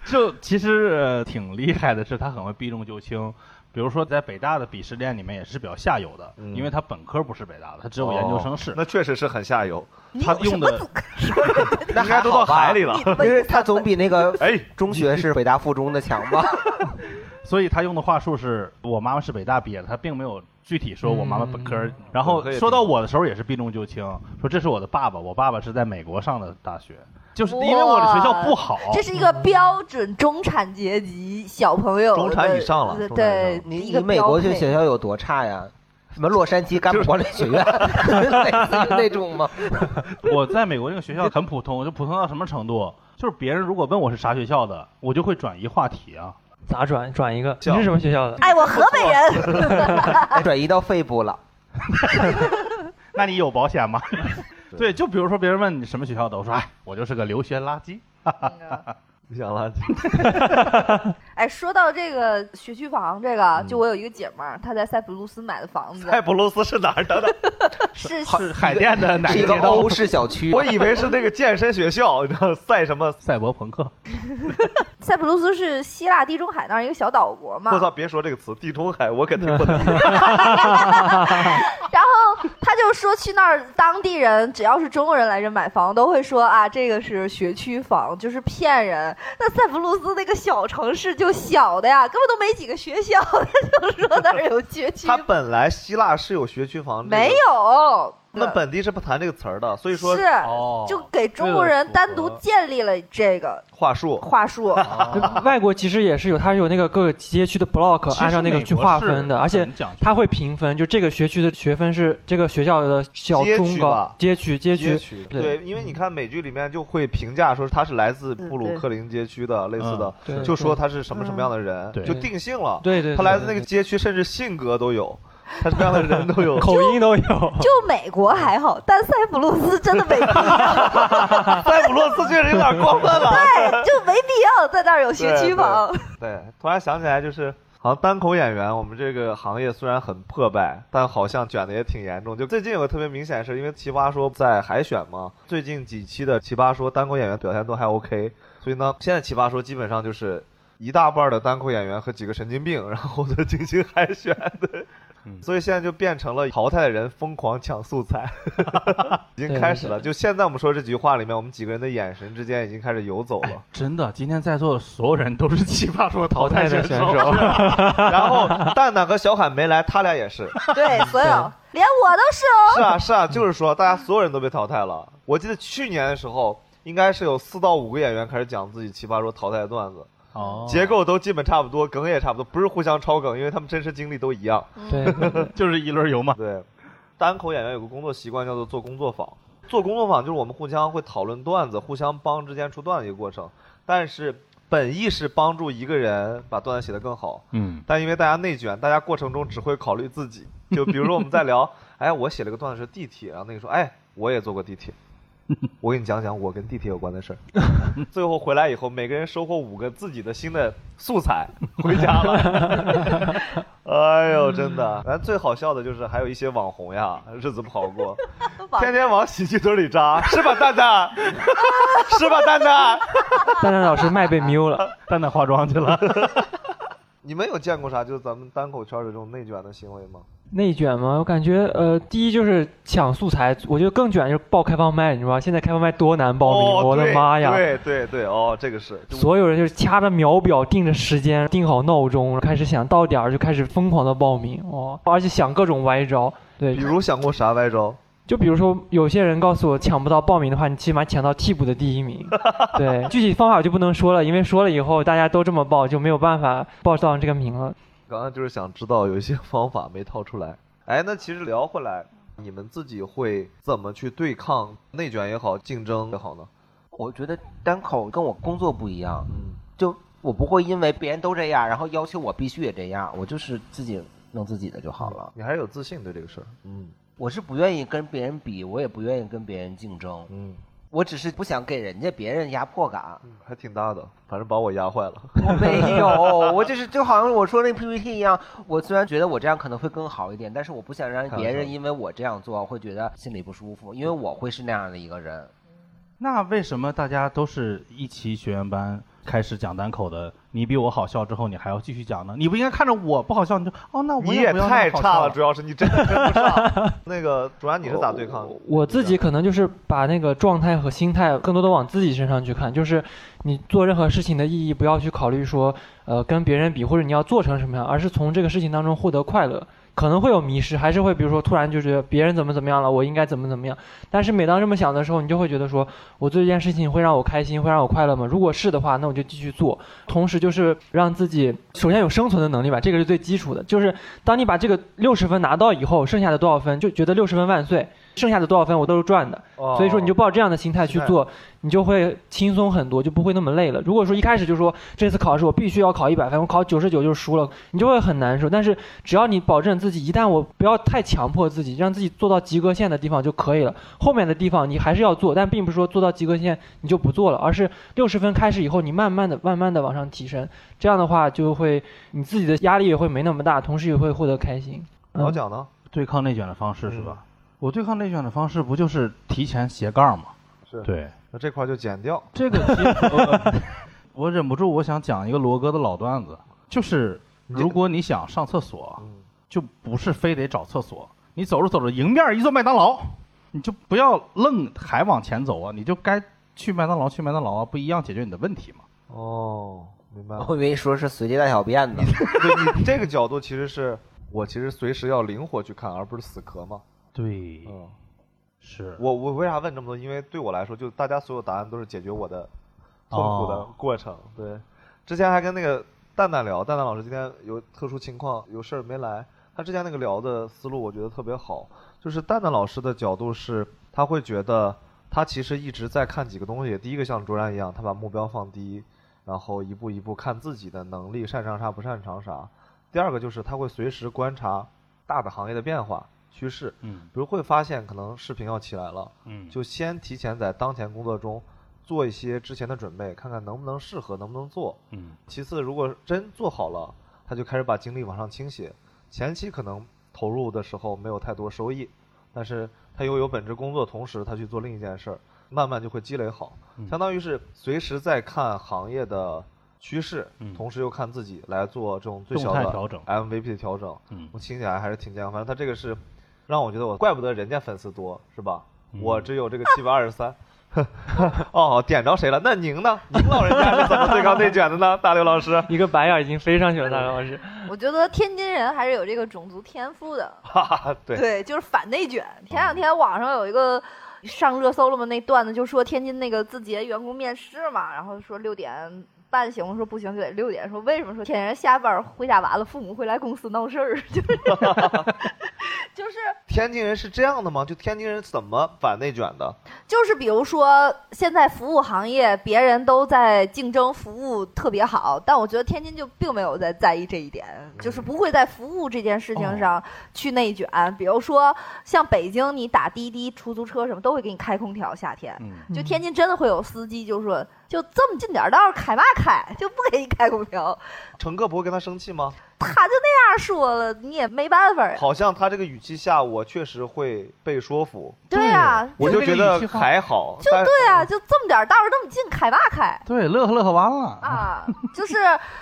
就其实、呃、挺厉害的是，她很会避重就轻。比如说在北大的鄙视链里面也是比较下游的，
嗯哦
因为她本科不是北大的，她只有研究生是。
那确实是很下游，
你
他
有什
用
么
的
资格
那
应该都
还好
到
吧
海 里了。
你们
因为他总比那个
哎，
中学是北大附中的强 吧？
所以他用的话术是我妈妈是北大毕业的，他并没有具体说我妈嗯妈本科。然后说到我的时候也是避重就轻，说这是我的爸爸，我爸爸是在美国上的大学，就是因为我的学校不好。
这是一个标准中产阶级小朋友的，
中产以上了中产以
对
上，
你
一
你
个
美国
标
学
配
学校有多差呀？什么洛杉矶干部管理学院， 类似于那种吗？
我在美国那个学校很普通，就普通到什么程度？就是别人如果问我是啥学校的，我就会转移话题 啊。
咋转转一个？
叫
你是什么学校的？
哎，我河 北人，
哎转移到肺部了。
那你有保险吗？对，就比如说别人问你什么学校的，我说哎，我就是个留学垃圾。
不想垃圾。
哎，说到这个学区房，这个
嗯
就我有一个姐们儿，她在塞浦路斯买的房子，
塞浦路斯是哪儿的呢？
是
是海淀的哪
是一
街
个
道？
欧式小 区。
我以为是那个健身学校，你知道赛什么？
赛博朋克，
塞浦路斯是希腊地中海那儿一个小岛国嘛
我。操，别说这个词，地中海我肯定不能。
然后她就说去那儿，当地人只要是中国人来这买房，都会说啊，这个是学区房，就是骗人。那塞浦路斯那个小城市就小的呀，根本都没几个学校，她就说那儿有学区
他
房，
本来希腊是有学区房，
没，有。
他们本地是不谈这个词儿的，所以说
是
哦
就给中国人单独建立了这个
话术。
话术。
啊
外国其实也是有，它是有那个各个街区的 block 按照那个去划分的，而且它会评分，就这个学区的学分是这个学校的小
街区
中高
吧
街区街
街
区，
区
对
对，因为你看美剧里面就会评价说他是来自布鲁克林街区的，类似的，
嗯对嗯
就说他是什么什么样的人，
对
就定性了。
对对，
他来自那个
对。
街区，甚至性格都有，他什么样的人都有
口音都有，
就美国还好，但塞浦路斯真的没必要，
塞浦路斯确实有点过分了。
就没必要在那儿有学区房。
对，突然想起来，就是好像单口演员，我们这个行业虽然很破败，但好像卷的也挺严重。就最近有个特别明显的是，因为奇葩说在海选嘛，最近几期的奇葩说单口演员表现都还 OK，所以呢，现在奇葩说基本上就是一大半的单口演员和几个神经病，然后再进行海选对，
嗯
所以现在就变成了淘汰的人疯狂抢素材，已经开始了。就现在我们说这几句话里面，我们几个人的眼神之间已经开始游走了。
真的，今天在座的所有人都是奇葩说淘汰
的选
手。
手，
然后蛋蛋和小海没来，他俩也是。
对，所有连我都是哦。
是啊，是啊，就是说，大家所有人都被淘汰了。我记得去年的时候，应该是有四到五个演员开始讲自己奇葩说淘汰的段子，
哦
结构都基本差不多，梗也差不多，不是互相抄梗，因为他们真实经历都一样。
对对对
就是一轮游嘛。
对，单口演员有个工作习惯叫做做工作坊。做工作坊就是我们互相会讨论段子，互相帮之间出段子一个过程，但是本意是帮助一个人把段子写得更好，
嗯，
但因为大家内卷，大家过程中只会考虑自己。就比如说我们在聊，哎，我写了个段子是地铁，然后那个说，哎，我也坐过地铁，我给你讲讲我跟地铁有关的事儿。最后回来以后，每个人收获五个自己的新的素材回家了。哎呦，真的，咱最好笑的就是还有一些网红呀，日子不好过，天天往喜剧堆里扎，是吧，蛋蛋？是吧，蛋蛋？
蛋蛋老师麦被瞄了。
蛋蛋化妆去了，
你们有见过啥就是咱们单口圈的这种内卷的行为吗？
内卷吗？我感觉，呃，第一就是抢素材，我觉得更卷就是报开放麦，你知道吗？现在开放麦多难报名，
哦，
我的
对
妈呀！
对对对，哦，这个是
所有人就是掐着秒表，定着时间，定好闹钟，开始想到点儿就开始疯狂的报名哦，而且想各种歪招。对
比，如想过啥歪招？
就比如说有些人告诉我抢不到报名的话，你起码抢到替补的第 一名。对，具体方法我就不能说了，因为说了以后大家都这么报，就没有办法报上这个名了。
刚刚就是想知道有一些方法没套出来。 哎，那其实聊回来，你们自己会怎么去对抗内卷也好，竞争也好呢？
我觉得单口跟我工作不一样，
嗯，
就我不会因为别人都这样，然后要求我必须也这样，我就是自己弄自己的就好了。
你还是有自信对这个事儿。嗯
我是不愿意跟别人比，我也不愿意跟别人竞争，
嗯，
我只是不想给人家别人压迫感。
还挺大的，反正把我压坏了。
我没有，我就是就好像我说那 PPT 一样，我虽然觉得我这样可能会更好一点，但是我不想让别人因为我这样做会觉得心里不舒服，因为我会是那样的一个人。
那为什么大家都是一期学员班开始讲单口的？你比我好笑之后，你还要继续讲呢？你不应该看着我不好笑，你就哦，那我
你也
不要那么
太
好
差
笑
了，主要是你真的跟不上。那个主然你是咋对抗？
我我自己可能就是把那个状态和心态更多的往自己身上去看，就是你做任何事情的意义，不要去考虑说呃跟别人比或者你要做成什么样，而是从这个事情当中获得快乐。可能会有迷失，还是会比如说突然就觉得别人怎么怎么样了，我应该怎么怎么样。但是每当这么想的时候，你就会觉得说，我做这件事情会让我开心，会让我快乐吗？如果是的话，那我就继续做。同时就是让自己首先有生存的能力吧，这个是最基础的。就是当你把这个六十分拿到以后，剩下的多少分就觉得六十分万岁，剩下的多少分我都是赚的。
哦
所以说你就抱着这样的心态去做，你就会轻松很多，就不会那么累了。如果说一开始就说这次考试我必须要考一百分，我考九十九就输了，你就会很难受。但是只要你保证自己，一旦我不要太强迫自己，让自己做到及格线的地方就可以了。后面的地方你还是要做，但并不是说做到及格线你就不做了，而是六十分开始以后，你慢慢的、慢慢的往上提升。这样的话就会你自己的压力也会没那么大，同时也会获得开心。
老蒋呢？
对抗内卷的方式是吧？我对抗内卷的方式不就是提前斜杠吗？
是
对，
那这块就剪掉。
这个其实我我忍不住我想讲一个罗哥的老段子，就是
这
如果你想上厕所，
嗯
就不是非得找厕所，你走着走着迎面一座麦当劳，你就不要愣还往前走啊，你就该去麦当劳去麦当劳啊，不一样解决你的问题嘛。
哦，明白了。
我以为说是随地大小便呢。
对 你这个角度其实是我其实随时要灵活去看，而不是死磕嘛。
对
嗯，
是
我我为啥问这么多？因为对我来说，就大家所有答案都是解决我的痛苦
哦
的过程。对，之前还跟那个蛋蛋聊，蛋蛋老师今天有特殊情况，有事儿没来。他之前那个聊的思路，我觉得特别好，就是蛋蛋老师的角度是，他会觉得他其实一直在看几个东西。第一个像卓然一样，他把目标放低，然后一步一步看自己的能力擅长啥不擅长啥。第二个就是他会随时观察大的行业的变化趋势，
嗯
比如会发现可能视频要起来了，
嗯
就先提前在当前工作中做一些之前的准备，看看能不能适合，能不能做。
嗯
其次，如果真做好了，他就开始把精力往上倾斜。前期可能投入的时候没有太多收益，但是他又有本职工作，同时他去做另一件事儿，慢慢就会积累好，
嗯
相当于是随时在看行业的趋势，
嗯
同时又看自己来做这种最
动
小
态
的
调整
MVP 的调整。
嗯
我听起来还是挺健康。反正他这个是让我觉得我怪不得人家粉丝多是吧？我只有这个七百二十三。 哦，点着谁了？那您呢？ 您老人家是怎么对抗内卷的呢？大刘老师，
一个白眼已经飞上去了，大刘老师。
我觉得天津人还是有这个种族天赋的，
哈哈，对，
对，就是反内卷。前两天网上有一个上热搜了嘛，那段子就说天津那个字节员工面试嘛，然后说六点半行，我说不行就得六点，说为什么？说天津人下班回家晚了，父母会来公司闹事儿，就是 就是
天津人是这样的吗？就天津人怎么反内卷的？
就是比如说，现在服务行业别人都在竞争服务特别好，但我觉得天津就并没有在在意这一点，就是不会在服务这件事
哦
情上去内卷。比如说像北京，你打滴滴、出租车什么都会给你开空调，夏天。
嗯，
就天津真的会有司机就说，就这么近点儿道儿开嘛开，就不给你开空调。
乘客不会跟他生气吗？
他就那样说了，你也没办法呀。
好像他这个语气下，我确实会被说服，
对呀、
我就觉得还好。就对
对呀、就这么点儿道儿，那么近，开嘛开。
对，乐呵乐呵完了。
啊，就是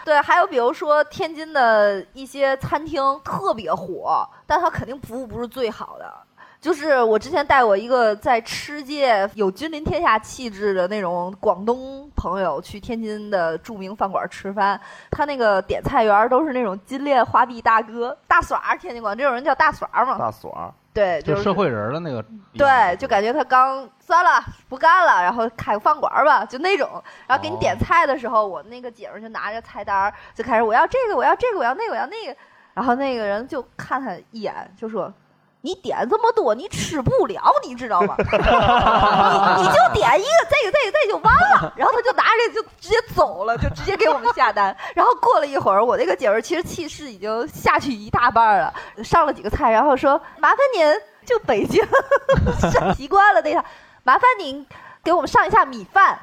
对，还有比如说天津的一些餐厅特别火，但它肯定服务不是最好的。就是我之前带我一个在吃界有君临天下气质的那种广东朋友去天津的著名饭馆吃饭，他那个点菜员儿都是那种金链花臂大哥、大耍儿，天津管这种人叫大耍儿嘛，
大锁儿，
对，
就是社会人儿的那个，
对，就感觉他刚算了，不干了，然后开个饭馆儿吧，就那种。然后给你点菜的时候，我那个姐们儿就拿着菜单儿就开始我要这个，我要这个，我要那个，我要那个。然后那个人就看他一眼，就说：“你点这么多，你吃不了，你知道吗？你你就点一个，这个这个这个就完了。”然后他就拿着就直接走了，就直接给我们下单。然后过了一会儿，我那个姐们儿其实气势已经下去一大半儿了，上了几个菜，然后说：“麻烦您，就北京 是习惯了那啥，麻烦您给我们上一下米饭。”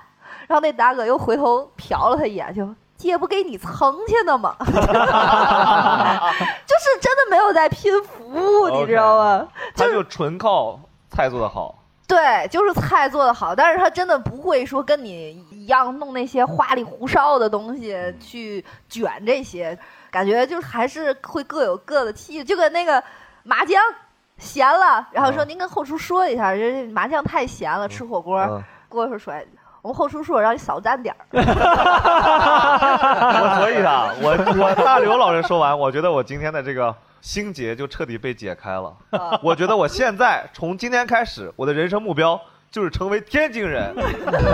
然后那大哥又回头瞟了他一眼，就姐不给你蹭去呢吗？ 就是真的没有在拼服务，你知道吗？
他就纯靠菜做的 好。
对，就是菜做的好，但是他真的不会说跟你一样弄那些花里胡哨的东西
嗯
去卷这些，感觉就是还是会各有各的气质，就跟那个麻酱咸了，然后说
嗯
您跟后厨说一下，这麻酱太咸了，吃火锅，
嗯，
过一会儿说。哎我们后厨说让你少蘸点儿，
我所以啊，我我大刘老师说完，我觉得我今天的这个心结就彻底被解开了。
啊
我觉得我现在从今天开始，我的人生目标就是成为天津人。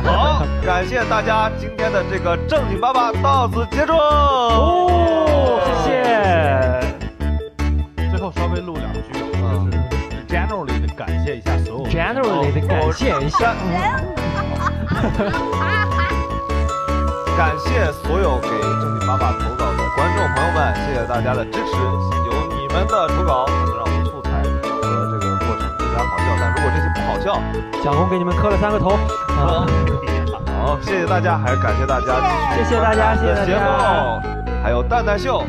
好，感谢大家今天的这个正经八八到此结束。
哦，谢谢。
嗯最后稍微录两句，就是 generally 的感谢一下所有的
generally 的感谢一下。嗯
感谢所有给正经八百投稿的观众朋友们，谢谢大家的支持。有你们的投稿，才能让我们素材和这个过程更加好笑。但如果这期不好笑，
小红给你们磕了三个头，
嗯
啊，
好，谢谢大家，还是感谢大家，
谢谢大家，谢谢大
节
家。
目，还有蛋蛋秀，